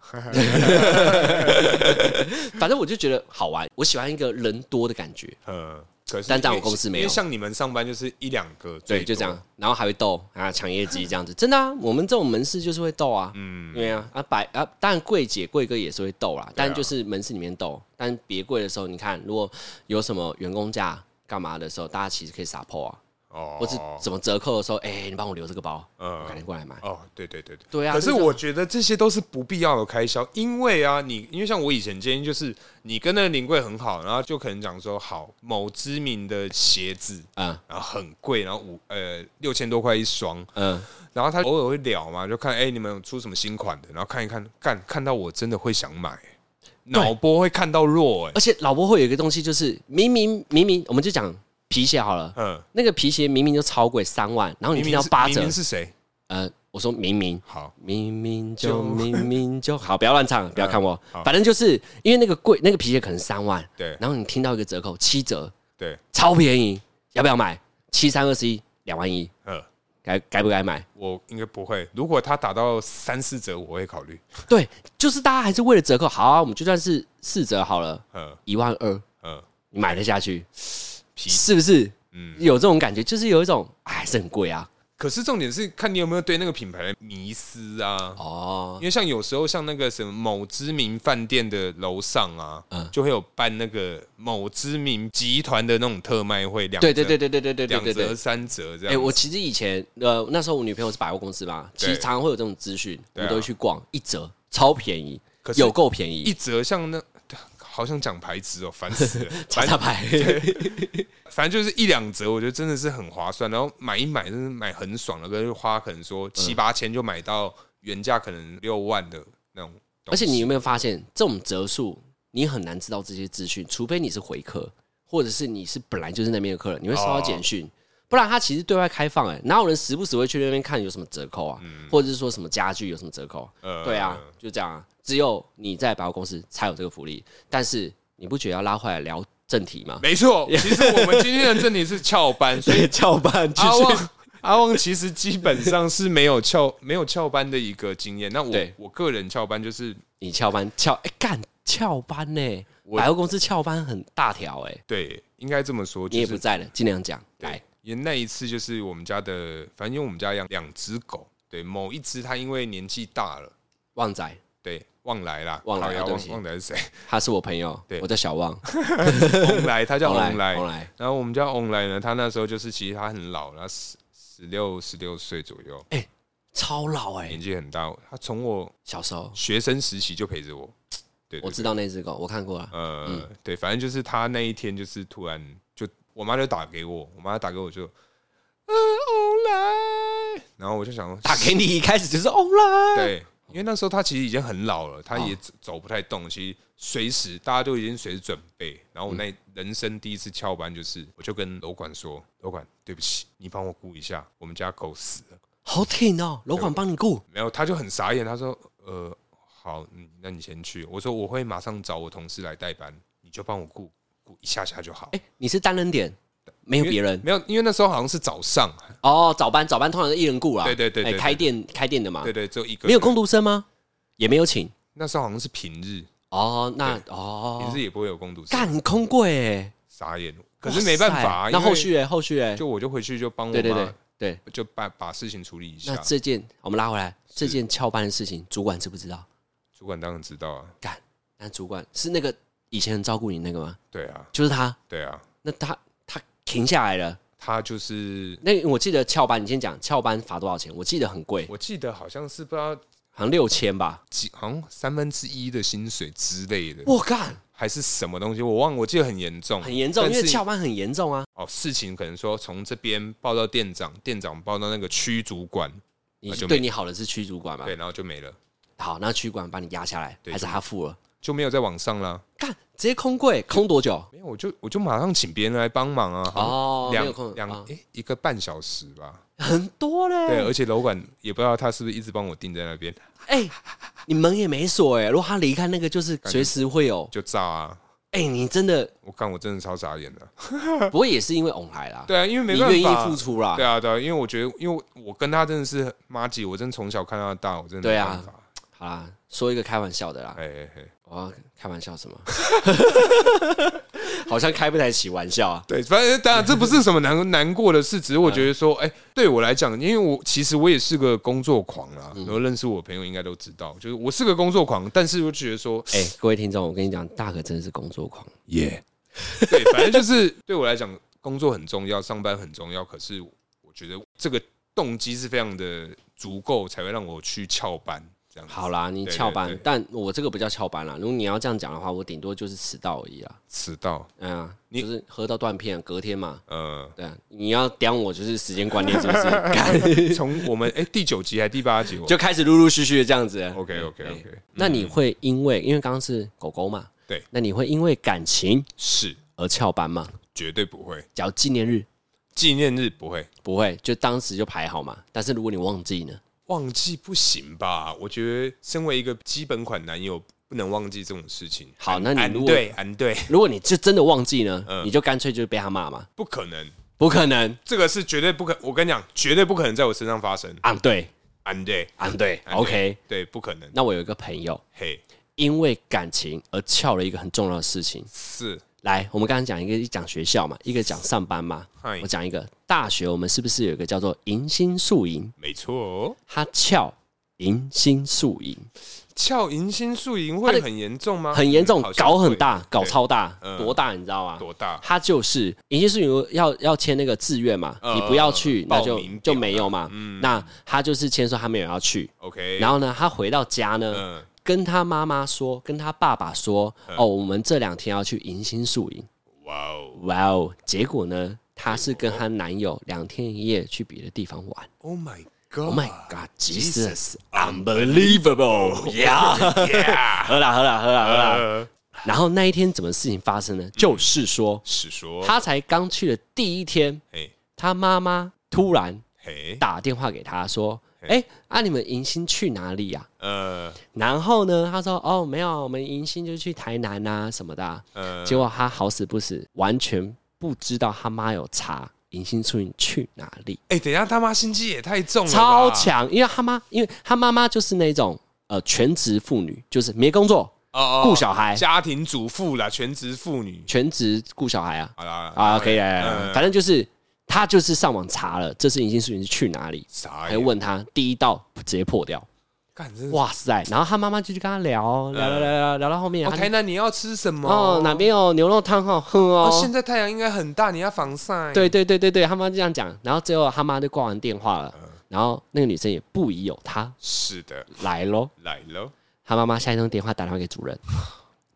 A: 反正我就觉得好玩，我喜欢一个人多的感觉。
B: 嗯，可是
A: 但在我
B: 因为
A: 公司没有
B: 因为像你们上班就是一两个，
A: 对，就这。样，然后还会斗啊，抢业绩这样子， [laughs] 真的啊，我们这种门市就是会斗啊，嗯，对啊，啊百啊，当然柜姐柜哥也是会斗
B: 啊
A: 啦，但就是门市里面斗，但别柜的时候，你看如果有什么员工价干嘛的时候，大家其实可以撒泼啊，
B: 哦，
A: 或是怎么折扣的时候，哎、你帮我留这个包，
B: 嗯
A: 我改天过来买，
B: 哦，对对对对，
A: 对啊
B: 可是
A: 这种
B: 我觉得这些都是不必要的开销，因为啊，你因为像我以前建议就是，你跟那个临柜很好，然后就可能讲说，好某知名的鞋子，
A: 嗯
B: 然后很贵，然后五呃六千多块一双，
A: 嗯，
B: 然后他偶尔会聊嘛，就看哎、你们有出什么新款的，然后看一看，看看到我真的会想买，脑波会看到弱哎、
A: 而且老婆会有一个东西，就是明明明明，我们就讲皮鞋好了，
B: 嗯，
A: 那个皮鞋明明就超贵三万，然后你
B: 明
A: 听
B: 明
A: 到
B: 是
A: 八
B: 明
A: 折
B: 明，是谁？
A: 呃，我说明明。
B: 好，
A: 明明
B: 就
A: 就明明就好，不要乱唱，不要看我
B: 好，
A: 反正就是因为那个贵，那个皮鞋可能三万，
B: 对
A: 然后你听到一个折扣七折，
B: 对，
A: 超便宜，要不要买？七三二十一，两万一，
B: 嗯，
A: 该该不该买？
B: 我应该不会，如果他打到三四折，我会考虑，
A: 对，就是大家还是为了折扣，好啊，我们就算是四折好了，
B: 嗯
A: 一万二，
B: 嗯，
A: 你买得下去，
B: 皮
A: 是不是？
B: 嗯
A: 有这种感觉，就是有一种哎还是很贵啊，
B: 可是重点是看你有没有对那个品牌的迷失啊。
A: 哦
B: 因，为像有时候像那个什么某知名饭店的楼上啊，
A: 嗯
B: 就会有办那个某知名集团的那种特卖会，两
A: 对
B: 折
A: 对对对对对对对
B: 两
A: 对对
B: 折。三折这
A: 哎、
B: 样。
A: 我其实以前呃那时候我女朋友是百货公司嘛，其实常常会有这种资讯，我
B: 对啊
A: 们都会去逛，一折超便宜
B: 可，是
A: 有够便宜
B: 一，折像那好像讲牌
A: [laughs]
B: 子哦，烦死了。
A: 叉
B: 反
A: 叉
B: 正
A: 牌，
B: 反正就是一两折，我觉得真的是很划算。然后买一买，真的买很爽的，跟花可能说七八千就买到原价可能六万的那种东
A: [laughs] 而
B: 西。
A: 且你有没有发现这种折数，你很难知道这些资讯，除非你是回客，或者是你是本来就是那边的客人，你会收到
B: 哦
A: 简讯。不然它其实对外开放哎、哪有人时不时会去那边看有什么折扣啊，或者是说什么家具有什么折扣？
B: 嗯呃
A: 对啊，就这样啊。只有你在百货公司才有这个福利，但是你不觉得要拉回来聊正题吗？
B: 没 [laughs] 错。其实我们今天的正题是翘班， [laughs] 所以
A: 对，翘班
B: 阿旺 [laughs] 阿旺其实基本上是没有翘 [laughs] 没有翘班的一个经验。那我
A: 对
B: 我个人翘班就是
A: 你翘班翘哎干翘班呢、
B: 我
A: 百货公司翘班很大条哎、
B: 对，应该这么说，
A: 你
B: 就
A: 也不
B: 是
A: 在了，尽量讲来
B: 对，也那一次就是我们家的，反正因为我们家养两只狗，对，某一只它因为年纪大了，
A: 旺仔，
B: 对，旺来啦，
A: 旺来
B: 靠呀
A: 啊对不
B: 旺
A: 起
B: 旺来是 [laughs] 谁？
A: 他是我朋友
B: 对，
A: 我叫小旺，
B: 翁来，他叫翁
A: 红
B: 来
A: 来，红来，
B: 然后我们家翁来呢，他那时候就是其实他很老，他十十六十六岁左右，
A: 超老哎、
B: 年纪很大。他从我
A: 小时候
B: 学生时期就陪着我，对对
A: 我知嗯道那只狗，我看过了，
B: 呃，对，反正就是他那一天就是突然就我妈就打给我，我妈打给我就，呃，翁来，然后我就想说
A: 打给你一开始就是红来，哦
B: 对，因为那时候他其实已经很老了，他也走走不太动，其实随时大家都已经随时准备。然后我
A: 嗯
B: 那人生第一次翘班，就是我就跟楼管说：“楼管，对不起，你帮我顾一下，我们家狗死了。
A: 好挺哦，楼管帮你顾”，
B: 没有，他就很傻眼，他说：“呃，好，嗯，那你先去。”我说：“我会马上找我同事来代班，你就帮我顾顾一下下就好。
A: 哎、你是单人点，没有别人
B: 没有，因为那时候好像是早上，
A: 哦。早班早班通常是一人顾啦，
B: 对对对
A: 哎
B: 对
A: 开店开店的嘛，
B: 对对，只有一个
A: 没有工读生吗？也没有请
B: 那时候好像是平日，
A: 哦，那
B: 平
A: 哦，
B: 日也不会有工读生，
A: 干你空柜哎，
B: 傻眼。可是没办法啊、
A: 哇塞
B: 因
A: 那
B: 为
A: 后续哎，后续哎，
B: 就我就回去就帮我
A: 对对对
B: 妈，啊
A: 对，
B: 就把把事情处理一
A: 那
B: 下。
A: 这件我们拉回来，这件翘班的事情，主管知不知道？
B: 主管当然知道啊，
A: 干，那主管是那个以前很照顾你那个吗？
B: 对啊，
A: 就是他，
B: 对啊，
A: 那他他停下来了。
B: 他就是
A: 那我记得翘班，你先讲翘班罚多少钱？我记得很贵，
B: 我记得好像是不知道
A: 好像六千吧。
B: 几，好像三分之一的薪水之类的，
A: 我干，
B: 还是什么东西，我忘了，我记得很严重，
A: 很严重，
B: 但
A: 因
B: 是
A: 为翘班很严重啊。
B: 哦，事情可能说从这边报到店长，店长报到那个区主管，
A: 你
B: 那就没
A: 对你好的是区主管嘛？
B: 对，然后就没了，
A: 好，那区管把你压下来，
B: 对
A: 还是他付了？
B: 就没有再往上了。
A: 干，直接空柜，空多久？
B: 没有，我就我就马上请别人来帮忙啊，好
A: 哦，没有
B: 两
A: 空，
B: 两
A: 啊
B: 诶一个半小时吧。
A: 很多
B: 对，
A: 嘞。
B: 而且楼管也不知道他是不是一直帮我盯在那边，
A: 哎，你门也没锁哎，如果他离开那个，就是随时会有。
B: 就炸啊！
A: 哎，你真 [laughs] 的
B: 我看我真的超傻眼的。
A: 不过也是因为翁海啦，
B: 对啊，因为没
A: 你
B: 办法，
A: 愿意付出啦
B: 对。啊，对啊，因为我觉得，因为我跟他真的是妈姐，我真的从小看到大，我真的没
A: 对啊
B: 办法。
A: 好啦，说一个开玩笑的啦，
B: 哎哎哎，
A: 我要开玩笑什么？ [laughs] 好像开不太起玩笑啊。
B: 对，反正当然这不是什么难 [laughs] 难过的事，只是我觉得说，哎、对我来讲，因为我其实我也是个工作狂啦，然后认识我的朋友应该都知道，就是我是个工作狂，但是我觉得说，
A: 哎、各位听众，我跟你讲，大可真的是工作狂。
B: 耶、对，反正就是对我来讲，工作很重要，上班很重要。可是我觉得这个动机是非常的足够，才会让我去翘班这样
A: [laughs]
B: 子。
A: 好啦，你
B: 对对
A: 翘班，
B: 对
A: 但我这个不叫翘班啦。如果你要这样讲的话，我顶多就是迟到而已啦。
B: 迟到，
A: 嗯、啊，
B: 你
A: 就是喝到断片，隔天嘛。
B: 呃， [laughs]
A: 对啊，你要刁我就是时间观念 [laughs] 是不是？干
B: 从我们哎、第九集还是第八集，我
A: 就哎开始陆陆续续的这样子。
B: OK OK
A: 对
B: OK，
A: 那你会因为因为刚刚是狗狗嘛？
B: 对
A: 那你会因为感情
B: 是
A: 而翘班吗？
B: 绝对不会，
A: 假如纪念日
B: 纪念日不会，
A: 不会，就当时就排好嘛。但是如果你忘记呢？
B: 忘记不行吧？我觉得身为一个基本款男友，不能忘记这种事情。
A: 好那你
B: 安
A: 如果
B: 对嗯安对， [laughs]
A: 如果你就真的忘记呢，你就干脆就被他骂嘛。
B: 不可能，
A: 不可能
B: 这个是绝对不可，我跟你讲，绝对不可能在我身上发生。
A: 啊！对
B: 安对。
A: 啊，对，OK。
B: 对，不可能。
A: 那我有一个朋友，
B: 嘿，
A: 因为感情而翘了一个很重要的事情。
B: 是，
A: 来，我们刚刚讲一个讲学校嘛，一个讲上班嘛。
B: 嗨
A: 我，讲一个大学，我们是不是有一个叫做迎新宿营？
B: 没错哦。
A: 他翘迎新宿营，
B: 翘银杏树营会很严重吗？
A: 很严重
B: 嗯，好像
A: 搞很
B: 会
A: 大，搞
B: 对
A: 超大，
B: 嗯
A: 多大你知道吗？
B: 多大？
A: 他就是银杏树营要要签那个志愿嘛，
B: 嗯
A: 你不要去，
B: 嗯
A: 那
B: 报
A: 就
B: 名表嗯
A: 就没有嘛。那他就是签说他没有要去，
B: OK，
A: 然后呢，他回到家呢，
B: 嗯，
A: 跟他妈妈说，跟他爸爸说，哦，我们这两天要去迎新宿营。
B: 哇哦
A: 哇哦！结果呢，她是跟她男友两天一夜去别的地方玩。
B: ，Oh my
A: Oh my
B: [laughs] God，
A: God，Jesus unbelievable！呀，
B: [laughs]
A: 喝啦喝啦喝啦喝啦。
B: 呃，
A: 然后那一天怎么事情发生呢？就是说，
B: 是说，
A: 她才刚去的第一天，
B: 嘿，
A: 她妈妈突然
B: 嘿，
A: 打电话给她说：“哎，啊，你们迎新去哪里呀、
B: 呃，
A: 然后呢，她说：“哦，没有，我们迎新就去台南啊什么的啊、
B: 呃，
A: 结果她好死不死，完全不知道她妈有查迎新出营去哪里。
B: 哎，等一下，他妈心机也太重了，
A: 超，强，因为他妈，因为他妈妈就是那种呃全职妇女，就是没工作
B: 哦，
A: 顾小孩，
B: 家庭主妇啦，全职妇女，
A: 全职顾小孩啊
B: 好啦，
A: 啊，可以来来来，
B: 嗯
A: 反正就是他就是上网查了这次银杏树林是去哪里，
B: 啥
A: 还
B: 哎呀？嗯
A: 问他第一道直接破掉，
B: 干，真哇，
A: 哇塞！然后他妈妈就去跟他聊聊聊聊聊聊到后面，
B: 嗯哦
A: 他
B: 台南你要吃什么？
A: 哦哪边有牛肉汤哦，哼
B: 哦，
A: 哦
B: 现。在太阳应该很大，你要防晒。
A: 对对对对对，他妈这样讲，然后最后他妈就挂完电话了，
B: 嗯
A: 然后那个女生也不疑有他，
B: 是的，
A: 来咯，
B: 来了，
A: 他妈妈下一通电话打电话给主任，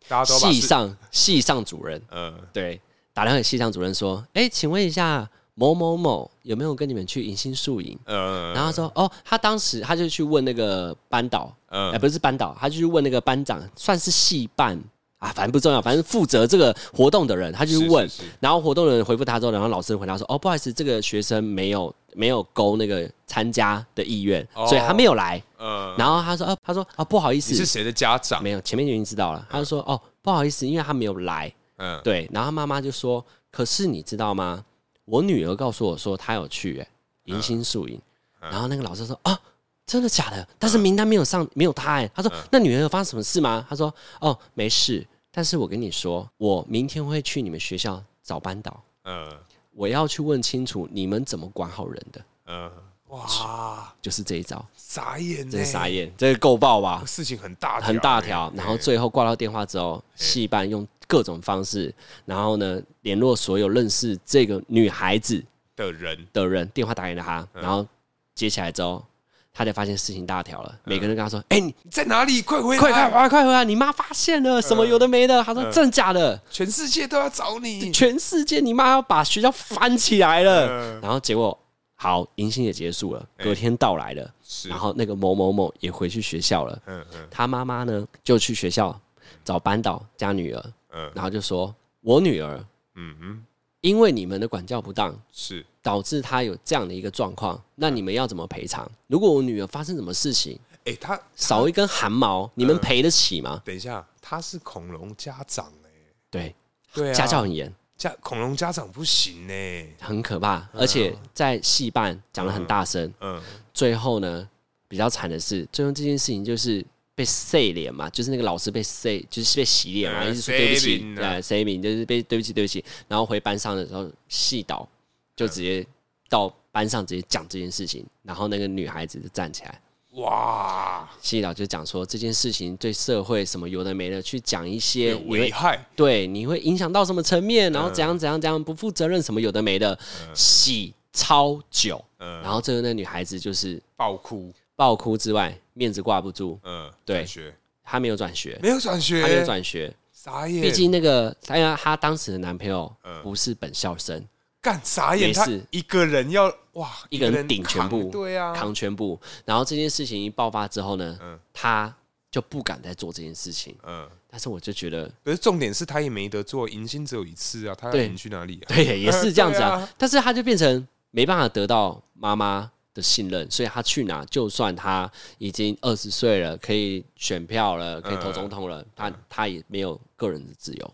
B: 大家都把
A: 系
B: 事，
A: 上系上主任，
B: 呃，
A: 对，打电话给系上主任说，哎、请问一下某某某有没有跟你们去迎新宿营？
B: 呃，
A: 然后他说，哦，他当时他就去问那个班导，哎、
B: 嗯
A: 不是班导，他就去问那个班长，算是系办啊，反正不重要，反正负责这个活动的人他就去
B: 是
A: 问，
B: 是是
A: 然后活动的人回复他之后，然后老师回答说：“哦，不好意思，这个学生没有没有勾那个参加的意愿，
B: 哦
A: 所以他没有来。
B: 呃，
A: 然后他说：“哦，他说啊、不好意
B: 你是
A: 思，
B: 谁的家长？
A: 没有，前面就已经知道了。”他就说：“哦，不好意思，因为他没有来。
B: 嗯”，
A: 对，然后他妈妈就说：“可是你知道吗？我女儿告诉我说她有去、欸，迎新宿营。然后那个老师说：“啊。”真的假的？但是名单没有上，没有她哎、他说：“那女儿有发生什么事吗？”他说：“哦，没事。但是我跟你说，我明天会去你们学校找班导。”
B: 呃，
A: 我要去问清楚你们怎么管好人的，
B: 呃，哇，
A: 就是这一招，
B: 傻眼呢，
A: 真是傻眼，这个够爆吧？
B: 事情很大条，
A: 很大条
B: 欸，
A: 然后最后挂到电话之后，戏班用各种方式，然后呢联络所有认识这个女孩子
B: 哎的人，
A: 的人，电话打给了她，
B: 嗯
A: 然后接起来之后，她才发现事情大条了，每个人跟她说：“哎，你
B: 嗯你在哪里？快回来！嗯
A: 快快快快回来，你妈发现了什么有的没的。”她说：“真的假的？
B: 全世界都要找你。
A: 全世界你妈要把学校翻起来了。”
B: 呃，
A: 然后结果好，迎新也结束了，隔天到来了。
B: 哎是，
A: 然后那个某某某也回去学校了，
B: 嗯嗯
A: 他妈妈呢就去学校找班导加女儿，
B: 嗯
A: 然后就说：“我女儿
B: 嗯嗯，
A: 因为你们的管教不当，
B: 是
A: 导致她有这样的一个状况，那你们要怎么赔偿？如果我女儿发生什么事情，
B: 哎，他
A: 少一根汗毛，你们
B: 嗯
A: 赔得起吗？
B: 等一下，他是恐龙家长哎，
A: 对，
B: 对啊，
A: 家教很严，
B: 家恐龙家长不行欸呢。
A: 很可怕，而且在戏办讲得很大声。
B: 嗯，
A: 最后呢，比较惨的是，最后这件事情就是被塞脸嘛，就是那个老师被塞，就是被洗脸嘛，
B: 嗯
A: 一直说对不
B: 塞
A: 起，
B: 脸啊
A: 呃，塞脸就是被对不起，对不起。然后回班上的时候，细导就直接到班上直接讲这件事情，然后那个女孩子就站起来，
B: 哇，
A: 细导就讲说这件事情对社会什么有的没的，去讲一些
B: 有
A: 你
B: 危
A: 会
B: 害，嗯
A: 对你会影响到什么层面，然后怎样怎样怎样不负责任什么有的没的，洗超久。
B: 嗯
A: 然后最后那女孩子就是
B: 爆哭，
A: 爆哭之外，面子挂不住，
B: 嗯，
A: 对
B: 转学
A: 她没有转学，
B: 没有转学，
A: 她没有，转学，
B: 傻眼，
A: 毕竟那个，她因为她当时的男朋友
B: 嗯
A: 不是本校生，
B: 干傻眼，
A: 没
B: 他
A: 事
B: 一个人要哇，
A: 一个人顶全
B: 扛
A: 部，
B: 对啊，
A: 扛全部。然后这件事情一爆发之后呢
B: 嗯，
A: 她就不敢再做这件事情。
B: 嗯，
A: 但是我就觉得，
B: 可是重点是他也没得做，迎新只有一次啊，他要
A: 对
B: 迎去哪里啊？
A: 对，也
B: [laughs]
A: 是这样子
B: 对
A: 啊
B: 啊。
A: 但是她就变成没办法得到妈妈。的信任，所以她去哪，就算她已经二十岁了，可以选票了，可以
B: 嗯
A: 投总统了，她她也没有个人的自由。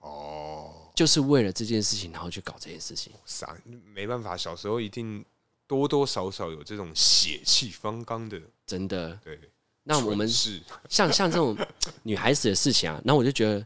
B: 哦，
A: 就是为了这件事情，然后去搞这件事情。
B: 傻，没办法，小时候一定多多少少有这种血气方刚的，
A: 真的，
B: 对，
A: 那我们
B: 是
A: 像像这 [laughs] 种女孩子的事情啊，那我就觉得，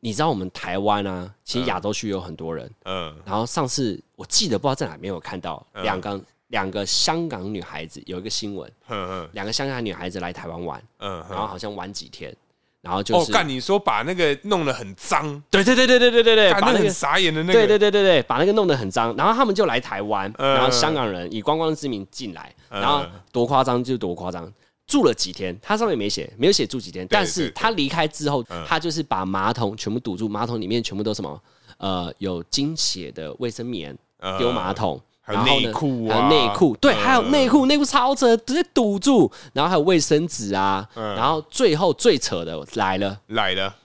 A: 你知道我们台湾啊，其实亚洲区有很多人。
B: 嗯
A: 然后上次我记得不知道在哪没有看到
B: 嗯
A: 两个两个香港女孩子有一个新闻，
B: 嗯
A: 两个香港女孩子来台湾玩，
B: 嗯
A: 然
B: 嗯，
A: 后好像玩几天，然后就
B: 哦，
A: 是
B: 干，你说把那个弄得很脏，
A: 对对对对对对对对，
B: 干
A: 把
B: 那
A: 那
B: 很
A: 个
B: 傻眼的那
A: 对
B: 个，
A: 对对对对，把那个弄得很脏，然后他们就来台湾，
B: 嗯
A: 然后香港人以观光之名进来，
B: 嗯
A: 然后多夸张就多夸张。住了几天，他上面没写，没有写住几天，但是
B: 对嗯
A: 他离开之后，他就是把马桶全部堵住，马桶里面全部都什么，呃，有精血的卫生棉
B: 嗯
A: 丢马桶，
B: 还有
A: 然后呢
B: 内裤
A: 还
B: 啊
A: 有内裤，对，
B: 嗯
A: 还有内裤，内裤超扯，直接堵住，然后还有卫生纸啊，
B: 嗯
A: 然后最后最扯的来了，
B: 来了。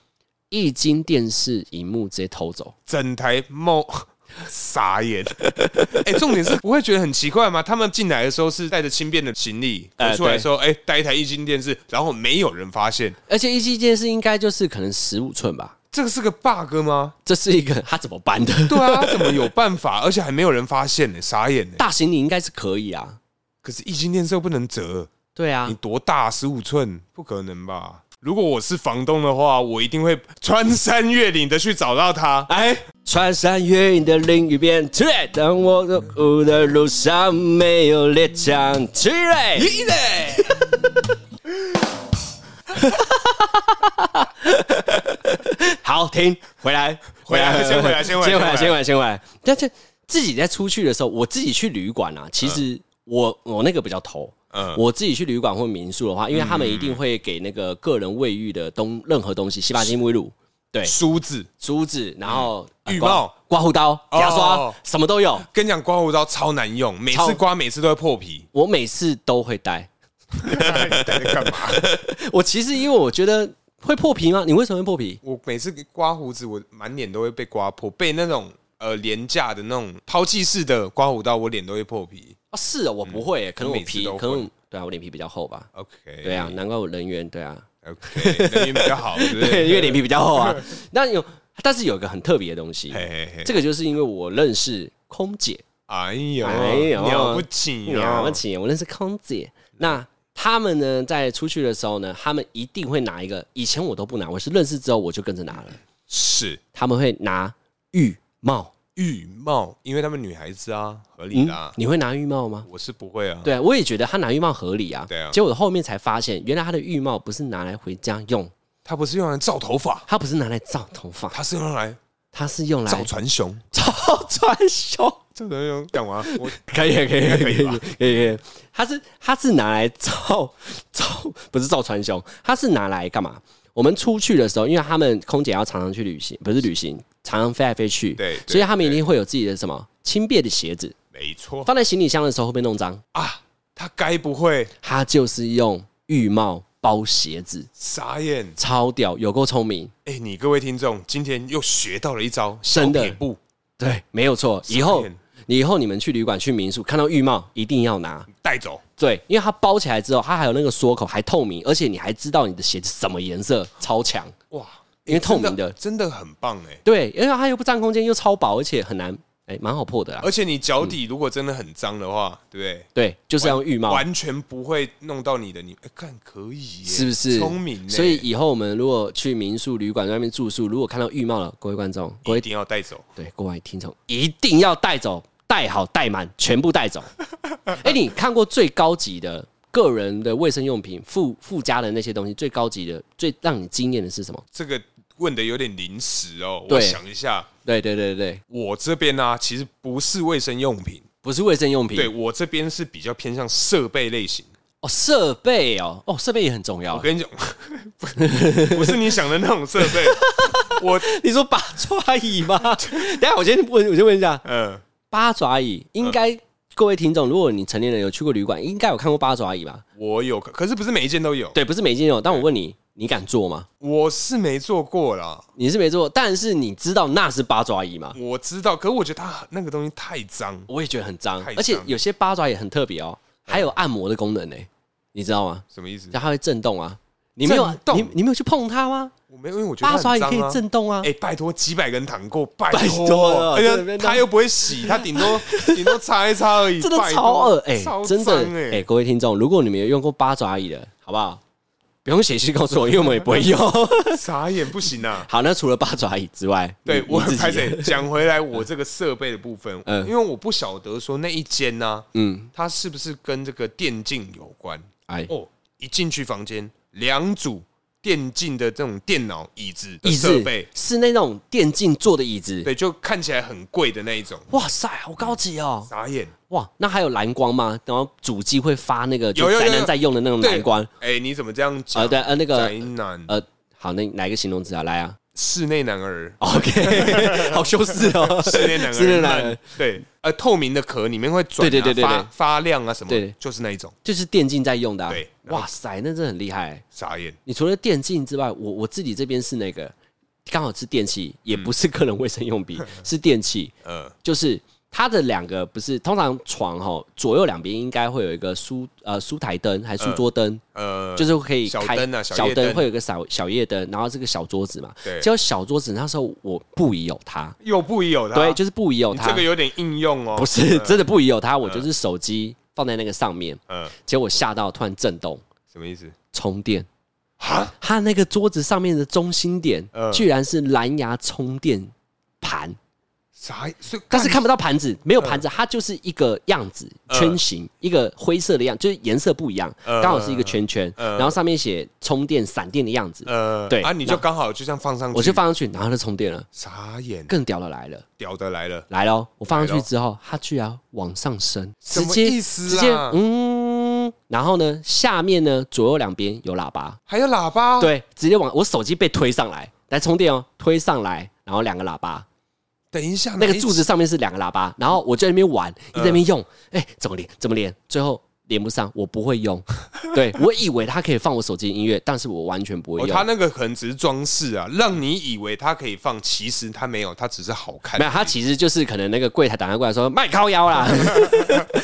A: 液晶电视荧幕直接偷走，
B: 整台猫 [laughs] 傻眼。 [laughs] 哎、重点是不会觉得很奇怪吗？他们进来的时候是带着轻便的行李，
A: 呃
B: 走出来的时候，哎、带一台液晶电视，然后没有人发现，
A: 而且一机电视应该就是可能十五寸吧，
B: 这个是个 bug 吗？
A: 这是一个他怎么搬的？
B: 对啊，他怎么有办法？ [laughs] 而且还没有人发现呢、傻眼呢、
A: 大行李应该是可以啊，
B: 可是液晶电视又不能折，
A: 对啊
B: 你，多大？十五寸？不可能吧？如果我是房东的话，我一定会穿山越岭的去找到他。
A: 哎，穿山越岭的另一边，起来，当我走路的路上没有猎枪，起来，
B: 咦嘞！
A: [laughs] 好，停，回来，
B: 回来先回来哎先回来
A: 先回来，
B: 先
A: 先
B: 回
A: 回来，先回来。但是自己在出去的时候，我自己去旅馆啊，其实我我那个比较头。
B: 嗯
A: 我自己去旅馆或民宿的话，因为他们一定会给那个个人卫浴的东任何东西，洗发精、沐浴露，对，
B: 梳子，
A: 梳子，然后
B: 嗯
A: 呃
B: 浴帽、
A: 刮刮胡刀、
B: 哦
A: 牙刷，什么都有。
B: 跟你讲，刮胡刀超难用，每
A: 超
B: 次刮每次都会
A: [laughs]
B: 破皮。
A: 我每次都会带。
B: 你在干嘛？
A: 我其实因为我觉得会破皮吗？你为什么会破皮？
B: [laughs] 我每次刮胡子，我满脸都会被刮破，被那种呃廉价的那种抛弃式的刮胡刀，我脸都会破皮。
A: 哦，是啊，我不会耶，可能我
B: 嗯每次
A: 皮
B: 都，
A: 可
B: 会
A: 能对啊，我脸皮比较厚吧。
B: OK，
A: 对啊，难怪我人缘对啊，
B: ，OK，人缘比较好，
A: [laughs]
B: 对不对？
A: 对，因为脸皮比较厚
B: [laughs]
A: 啊。那有，但是有一个很特别的东西，
B: 嘿嘿嘿，
A: 这个就是因为我认识空姐，
B: 哎呦，
A: 哎呦
B: 了不起
A: 了
B: 哦
A: 不！起，我认识空姐。
B: 嗯
A: 那他们呢，在出去的时候呢，他们一定会拿一个，以前我都不拿，我是认识之后我就跟着拿了。
B: 是
A: 他们会拿浴帽，
B: 浴帽，因为他们女孩子啊，合理啦。
A: 你会拿浴帽吗？
B: 我是不会啊，
A: 对啊，我也觉得他拿浴帽合理啊。
B: 对啊
A: 结果我后面才发现，原来他的浴帽不是拿来回家用，
B: 他不是用来造头发，
A: 他不是拿来造头发，
B: 他是用来
A: 他是用来
B: 造船熊。
A: 造穿胸。
B: 造船熊讲完，我
A: 可以，可以，可以，可以
B: 以吧
A: 可以，可以。它是它是拿来造造，不是造穿胸，它是拿来干嘛？我们出去的时候，因为他们空姐要常常去旅行，不是旅行，常常飞来飞去，
B: 对对
A: 所以他们一定会有自己的什么轻便的鞋子，
B: 没错
A: 放在行李箱的时候会被弄脏，
B: 啊，他该不会
A: 他就是用浴帽包鞋子，
B: 傻眼？
A: 超屌，有够聪明，
B: 哎、你各位听众，今天又学到了一招
A: 真的
B: 小撇步，
A: 对，没有错。以后
B: 眼
A: 你以后你们去旅馆去民宿看到浴帽一定要拿，
B: 带走，
A: 对，因为它包起来之后，它还有那个缩口，还透明，而且你还知道你的鞋子什么颜色，超强。
B: 哇！
A: 因为
B: 欸
A: 透明的
B: 真的真的很棒哎、
A: 对，因为它又不占空间，又超薄，而且很难，哎、蛮好破的啦。
B: 而且你脚底如果真的很脏的话，对不
A: 对，就是要用浴
B: 对？
A: 帽，
B: 完全不会弄到你的你，哎、看可以、耶
A: 是不是？
B: 聪明、欸？
A: 所以以后我们如果去民宿、旅馆在外面住宿，如果看到浴帽了，各位观众、各
B: 一
A: 位
B: 定要带走。
A: 对各位听众，一定要带走，带好带满，全部带走。哎、你看过最高级的个人的卫生用品附附加的那些东西，最高级的、最让你惊艳的是什么？
B: 这个问的有点临时哦，
A: 对
B: 我想一下，
A: 对对对对，
B: 我这边呢、其实不是卫生用品，
A: 不是卫生用品，
B: 对我这边是比较偏向设备类型。
A: 哦，设备哦，哦，设备也很重
B: 我
A: 要。
B: 跟你讲， [laughs] 不不是你想的那种设备，
A: [laughs]
B: 我
A: 你说八爪椅吗？ [laughs] 等一下我先问，我先问一下，
B: 嗯。
A: 八爪椅应该、各位听众，如果你成年人有去过旅馆，应该有看过八爪椅吧？
B: 我有，可可是不是每一件都有。
A: 对，不是每间有，但我问你，你敢坐吗？
B: 我是没做过啦，
A: 你是没坐，但是你知道那是八爪椅吗？
B: 我知道，可我觉得它那个东西太脏，
A: 我也觉得很脏
B: 太，脏
A: 而且有些八爪椅很特别哦，还有按摩的功能呢、你知道吗？
B: 什么意思？
A: 它会震动啊，你没有
B: 震动
A: 你你没有去碰它吗？
B: 我没有，因为我觉得
A: 八
B: 它
A: 爪
B: 很
A: 椅
B: 脏
A: 可以
B: 啊。
A: 震动啊，
B: 哎、拜托，几百个人躺过，拜
A: 拜托了
B: 而
A: 真的
B: 且
A: 变
B: 它
A: 脏
B: 又不会洗，它顶
A: [laughs]
B: 多顶多擦一擦而已，
A: 真的
B: 拜托
A: 超恶哎、
B: 超
A: 真的
B: 脏
A: 哎、
B: 哎，
A: 各位听众，如果你们有用过八爪椅的，好不好？不用写信告诉我，因为我们也不会
B: [laughs]
A: 用。
B: 傻眼不行啊！
A: 好，那除了八爪椅之外，
B: [laughs] 对
A: 你
B: 我
A: 你自
B: 很
A: 己 [laughs]
B: 拍谁讲回来，我这个设备的部分，
A: 嗯
B: 因为我不晓得说那一间呢、
A: 嗯，
B: 它是不是跟这个电竞有关？
A: 哎，
B: 哦，一进去房间，两组电竞的这种电脑椅子的
A: 椅
B: 设
A: 子
B: 备，
A: 是那种电竞做的椅子，
B: 对，就看起来很贵的那一种。
A: 哇塞，好高级哦！
B: 傻眼，
A: 哇，那还有蓝光吗？然后主机会发那个就
B: 有有有
A: 宅男在用的那种
B: 对
A: 蓝光，
B: 哎、你怎么这样讲？
A: 嗯呃，对，呃，那
B: 宅
A: 个
B: 男，
A: 呃，好，那哪一个形容词啊？来啊，
B: 室内男儿
A: ，OK，好 [laughs] 羞耻哦，
B: [laughs] 室内男儿，
A: 室内男儿，
B: 对，呃，透明的壳里面会转、啊，
A: 对对对对
B: 发
A: 对
B: 发亮啊什么，
A: 对
B: 就是那一种。
A: 就是电竞在用的、啊，
B: 对然后
A: 哇塞，那真的很厉害、
B: 傻眼，
A: 你除了电竞之外，我我自己这边是那个刚好是电器，也
B: 嗯
A: 不是个人卫生用
B: [laughs]
A: 品，是电器，
B: 呃，
A: 就是它的两个不是通常床哈左右两边应该会有一个书呃书台灯还是书桌灯，
B: 呃，
A: 就是可以
B: 嗯小
A: 开
B: 灯啊小夜灯
A: 会有一个小小夜灯，然后这个小桌子嘛，
B: 对
A: 结果小桌子那时候我不疑有它，
B: 又不一有的、啊
A: 对，就是不疑有
B: 你
A: 它，
B: 这个有嗯点应用哦，
A: 不是真的不疑有它，我就是手机放在那个上面，
B: 呃，
A: 结果吓到突然震动
B: 什么意思？
A: 充电。
B: 哈，
A: 它那个桌子上面的中心点，
B: 嗯
A: 居然是蓝牙充电盘，
B: 啥？所以
A: 但是看不到盘子，没有盘子，它就是一个样子，
B: 嗯
A: 圈形，一个灰色的样，就是颜色不一样，
B: 嗯
A: 刚好是一个圈圈，
B: 嗯
A: 然后上面写充电闪电的样子，
B: 呃，
A: 对
B: 啊，你就刚好就这样放上去，
A: 我就放上去，然后它就充电了。
B: 傻眼，
A: 更屌的来了，
B: 屌的来了，
A: 来喽！我放上
B: 来
A: 去
B: 咯
A: 之后，它居然往上升，
B: 什
A: 直
B: 么
A: 接
B: 意思啊
A: 直接嗯，然后呢，下面呢左右两边有喇叭，
B: 还有喇叭，，
A: 对，直接往我手机被推上来，来充电哦，推上来，然后两个喇叭，
B: 等一下，
A: 那
B: 哪
A: 个
B: 一嗯
A: 柱子上面是两个喇叭，然后我就在那边玩，一直在那边用，哎、怎么连？怎么连？最后连不上，我不会用，对我以为它可以放我手机音乐，但是我完全不会
B: 哦，
A: 用。
B: 他那个可能只是装饰啊，让你以为它可以放，其实它没有，它只是好看。
A: 没有，他其实就是可能那个柜台打电话过来说卖靠腰啦，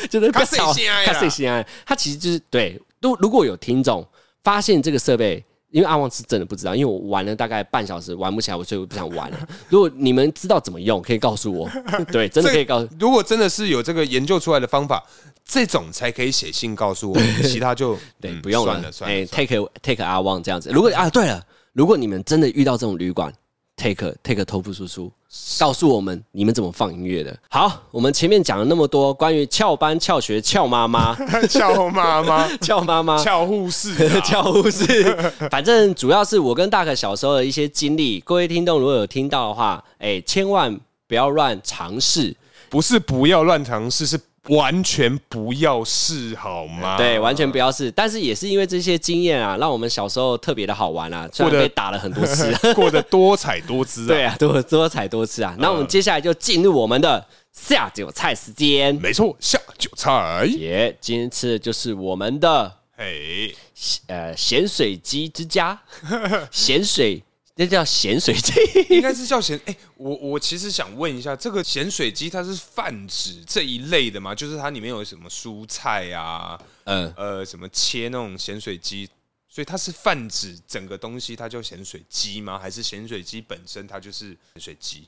A: 就是
B: 较细声的啦
A: 他心爱，啊他其实就是对。如如果有听众发现这个设备，因为阿旺是真的不知道，因为我玩了大概半小时，玩不起来，我所以我不想玩了。如果你们知道怎么用，可以告诉我，对，真的可以告诉。
B: 如果真的是有这个研究出来的方法，这种才可以写信告诉我，
A: [laughs]
B: 其他就
A: 对，
B: 嗯
A: 不用哎
B: 算了算 [laughs] 了。
A: take take 阿旺这样子。如果啊，对了，如果你们真的遇到这种旅馆，take take 头部叔叔告诉我们你们怎么放音乐的。好，我们前面讲了那么多关于翘班、翘学、翘妈
B: [laughs]
A: 妈、
B: 俏
A: [laughs]
B: 妈妈、 [laughs]
A: 翘妈妈、
B: 俏护士、啊
A: 翘护士， [laughs] 反正主要是我跟大可小时候的一些经历。各位听众如果有听到的话，哎，千万不要乱尝试。
B: 不是不要乱尝试，是完全不要试，好吗？
A: 对，完全不要试。但是也是因为这些经验啊，让我们小时候特别的好玩啊，虽
B: 或
A: 然
B: 者
A: 被打了很多次。
B: [laughs]
A: [laughs]
B: 过得多彩多姿啊。
A: 对啊，多多彩多姿
B: 嗯
A: 啊。那我们接下来就进入我们的下酒菜时间。
B: 没错，下酒
A: [laughs]
B: 菜，
A: 耶，今天吃的就是我们的
B: 哎，
A: 呃咸水鸡之家，
B: [laughs]
A: 咸水那叫咸水鸡。 [laughs]
B: 应该是叫咸。 [laughs] 哎、我我其实想问一下，这个咸水鸡它是泛指这一类的吗？就是它里面有什么蔬菜啊，
A: 嗯，
B: 呃，什么切那种咸水鸡，所以它是泛指整个东西，它叫咸水鸡吗？还是咸水鸡本身它就是咸水
A: [laughs]
B: 鸡？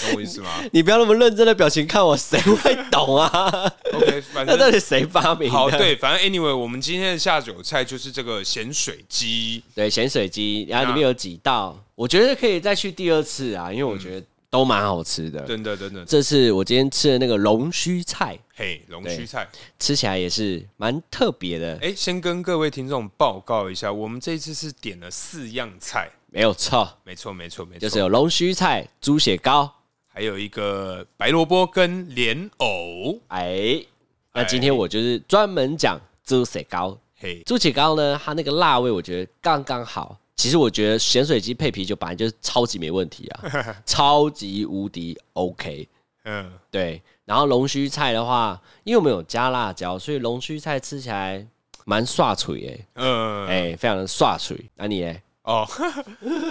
B: 懂我意思吗
A: 你不要那么认真的表情看我，谁会懂
B: [laughs]
A: 啊？
B: ？OK，反
A: 那到
B: 正
A: 底谁发明的？
B: 好，对，反正 anyway，我们今天的下酒菜就是这个咸水鸡。
A: 对，咸水鸡，然后里
B: 那
A: 面有几道，
B: 啊
A: 我觉得可以再去第二次啊，因为我觉得都蛮好吃的。
B: 真的，真的，
A: 这次我今天吃的那个龙须菜，
B: 嘿，龙须菜。
A: 吃起来也是蛮特别的，
B: 哎、先跟各位听众报告一下，我们这一次是点了四样菜，
A: 没有错。
B: 没错，没错，没错，
A: 就是有龙须菜、猪血糕。
B: 还有一个白萝卜跟莲藕，
A: 哎，那
B: 哎
A: 今天我就是专门讲猪血糕。
B: 嘿，
A: 猪血糕呢，它那个辣味我觉得刚刚好。其实我觉得咸水鸡配啤酒本来就是超级没问题啊，超级无敌 OK。
B: 嗯，
A: 对，然后龙须菜的话，因为我们有加辣椒，所以龙须菜吃起来蛮刷嘴诶、
B: 呃，
A: 哎、非常的刷嘴。那、你呢？ [laughs]
B: 哦，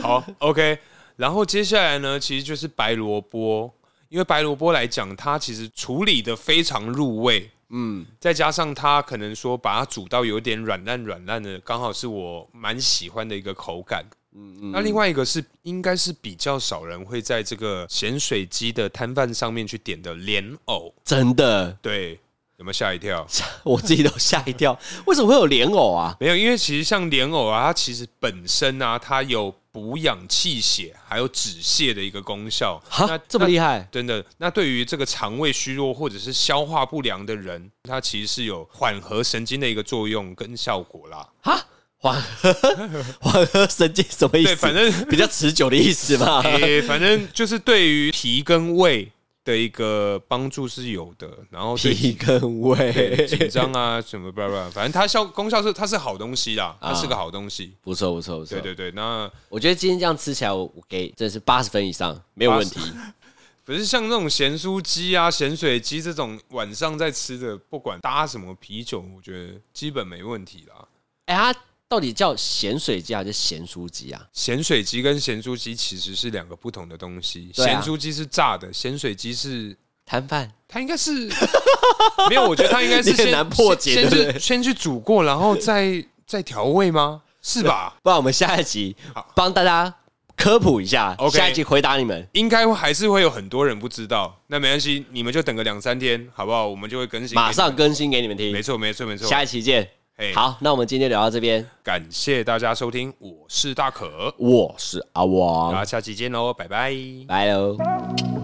B: 好，OK。然后接下来呢，其实就是白萝卜，因为白萝卜来讲，它其实处理的非常入味，嗯，再加上它可能说把它煮到有点软烂软烂的，刚好是我蛮喜欢的一个口感。嗯嗯，那另外一个是，应该是比较少人会在这个咸水鸡的摊贩上面去点的莲藕，
A: 真的，
B: 对，有没有吓一跳？
A: 我自己都吓一跳，为什么会有莲藕啊？
B: 没有，因为其实像莲藕啊，它其实本身啊，它有补养气血，还有止泻的一个功效。
A: 哈，这么厉害！
B: 真的，那对于这个肠胃虚弱或者是消化不良的人，它其实是有缓和神经的一个作用跟效果啦。
A: 哈，缓和缓和神经什么意思？
B: 对，反正
A: [laughs] 比较持久的意思吧。
B: 诶、反正就是对于脾跟胃的一个帮助是有的。然
A: [laughs]
B: 后对
A: 脾跟
B: 对
A: 胃，
B: 紧张啊什么吧吧，反正它效功效是它是好东西啦，它是个
A: 啊
B: 好东西。
A: 不错不错不错。
B: 对对对，那
A: 我觉得今天这样吃起来，我我给真的是八十分以上，没有问题。
B: 可是像那种咸酥鸡啊、咸水鸡这种晚上在吃的，不管搭什么啤酒，我觉得基本没问题啦。
A: [laughs] 哎、它到底叫咸水鸡还是咸酥鸡啊？
B: 咸水鸡跟咸酥鸡其实是两个不同的东西，
A: 对
B: 咸、
A: 啊
B: 酥鸡是炸的，咸水鸡是
A: 摊贩
B: 它应该是 [laughs] 没有，我觉得它应该是
A: [laughs] 你很
B: 先
A: 难破解对
B: 先
A: 不
B: 先
A: 对
B: 去先去煮过，然后再再调味吗？
A: [laughs]
B: 是吧？
A: 不然我们下一集帮大家科普一下
B: OK
A: 下一集回答你们。
B: 应该还是会有很多人不知道，那没关系，你们就等个两三天，好不好？我们就会更新给你们，
A: 马上更新给你们听
B: 没，错，没错，没错。
A: 下一期见。
B: 嘿
A: 好，那我们今天聊到这边，
B: 感谢大家收听，我是大可。
A: 我是阿
B: 好，
A: 王，
B: 下期见喽，拜拜。
A: 拜喽。
C: Thank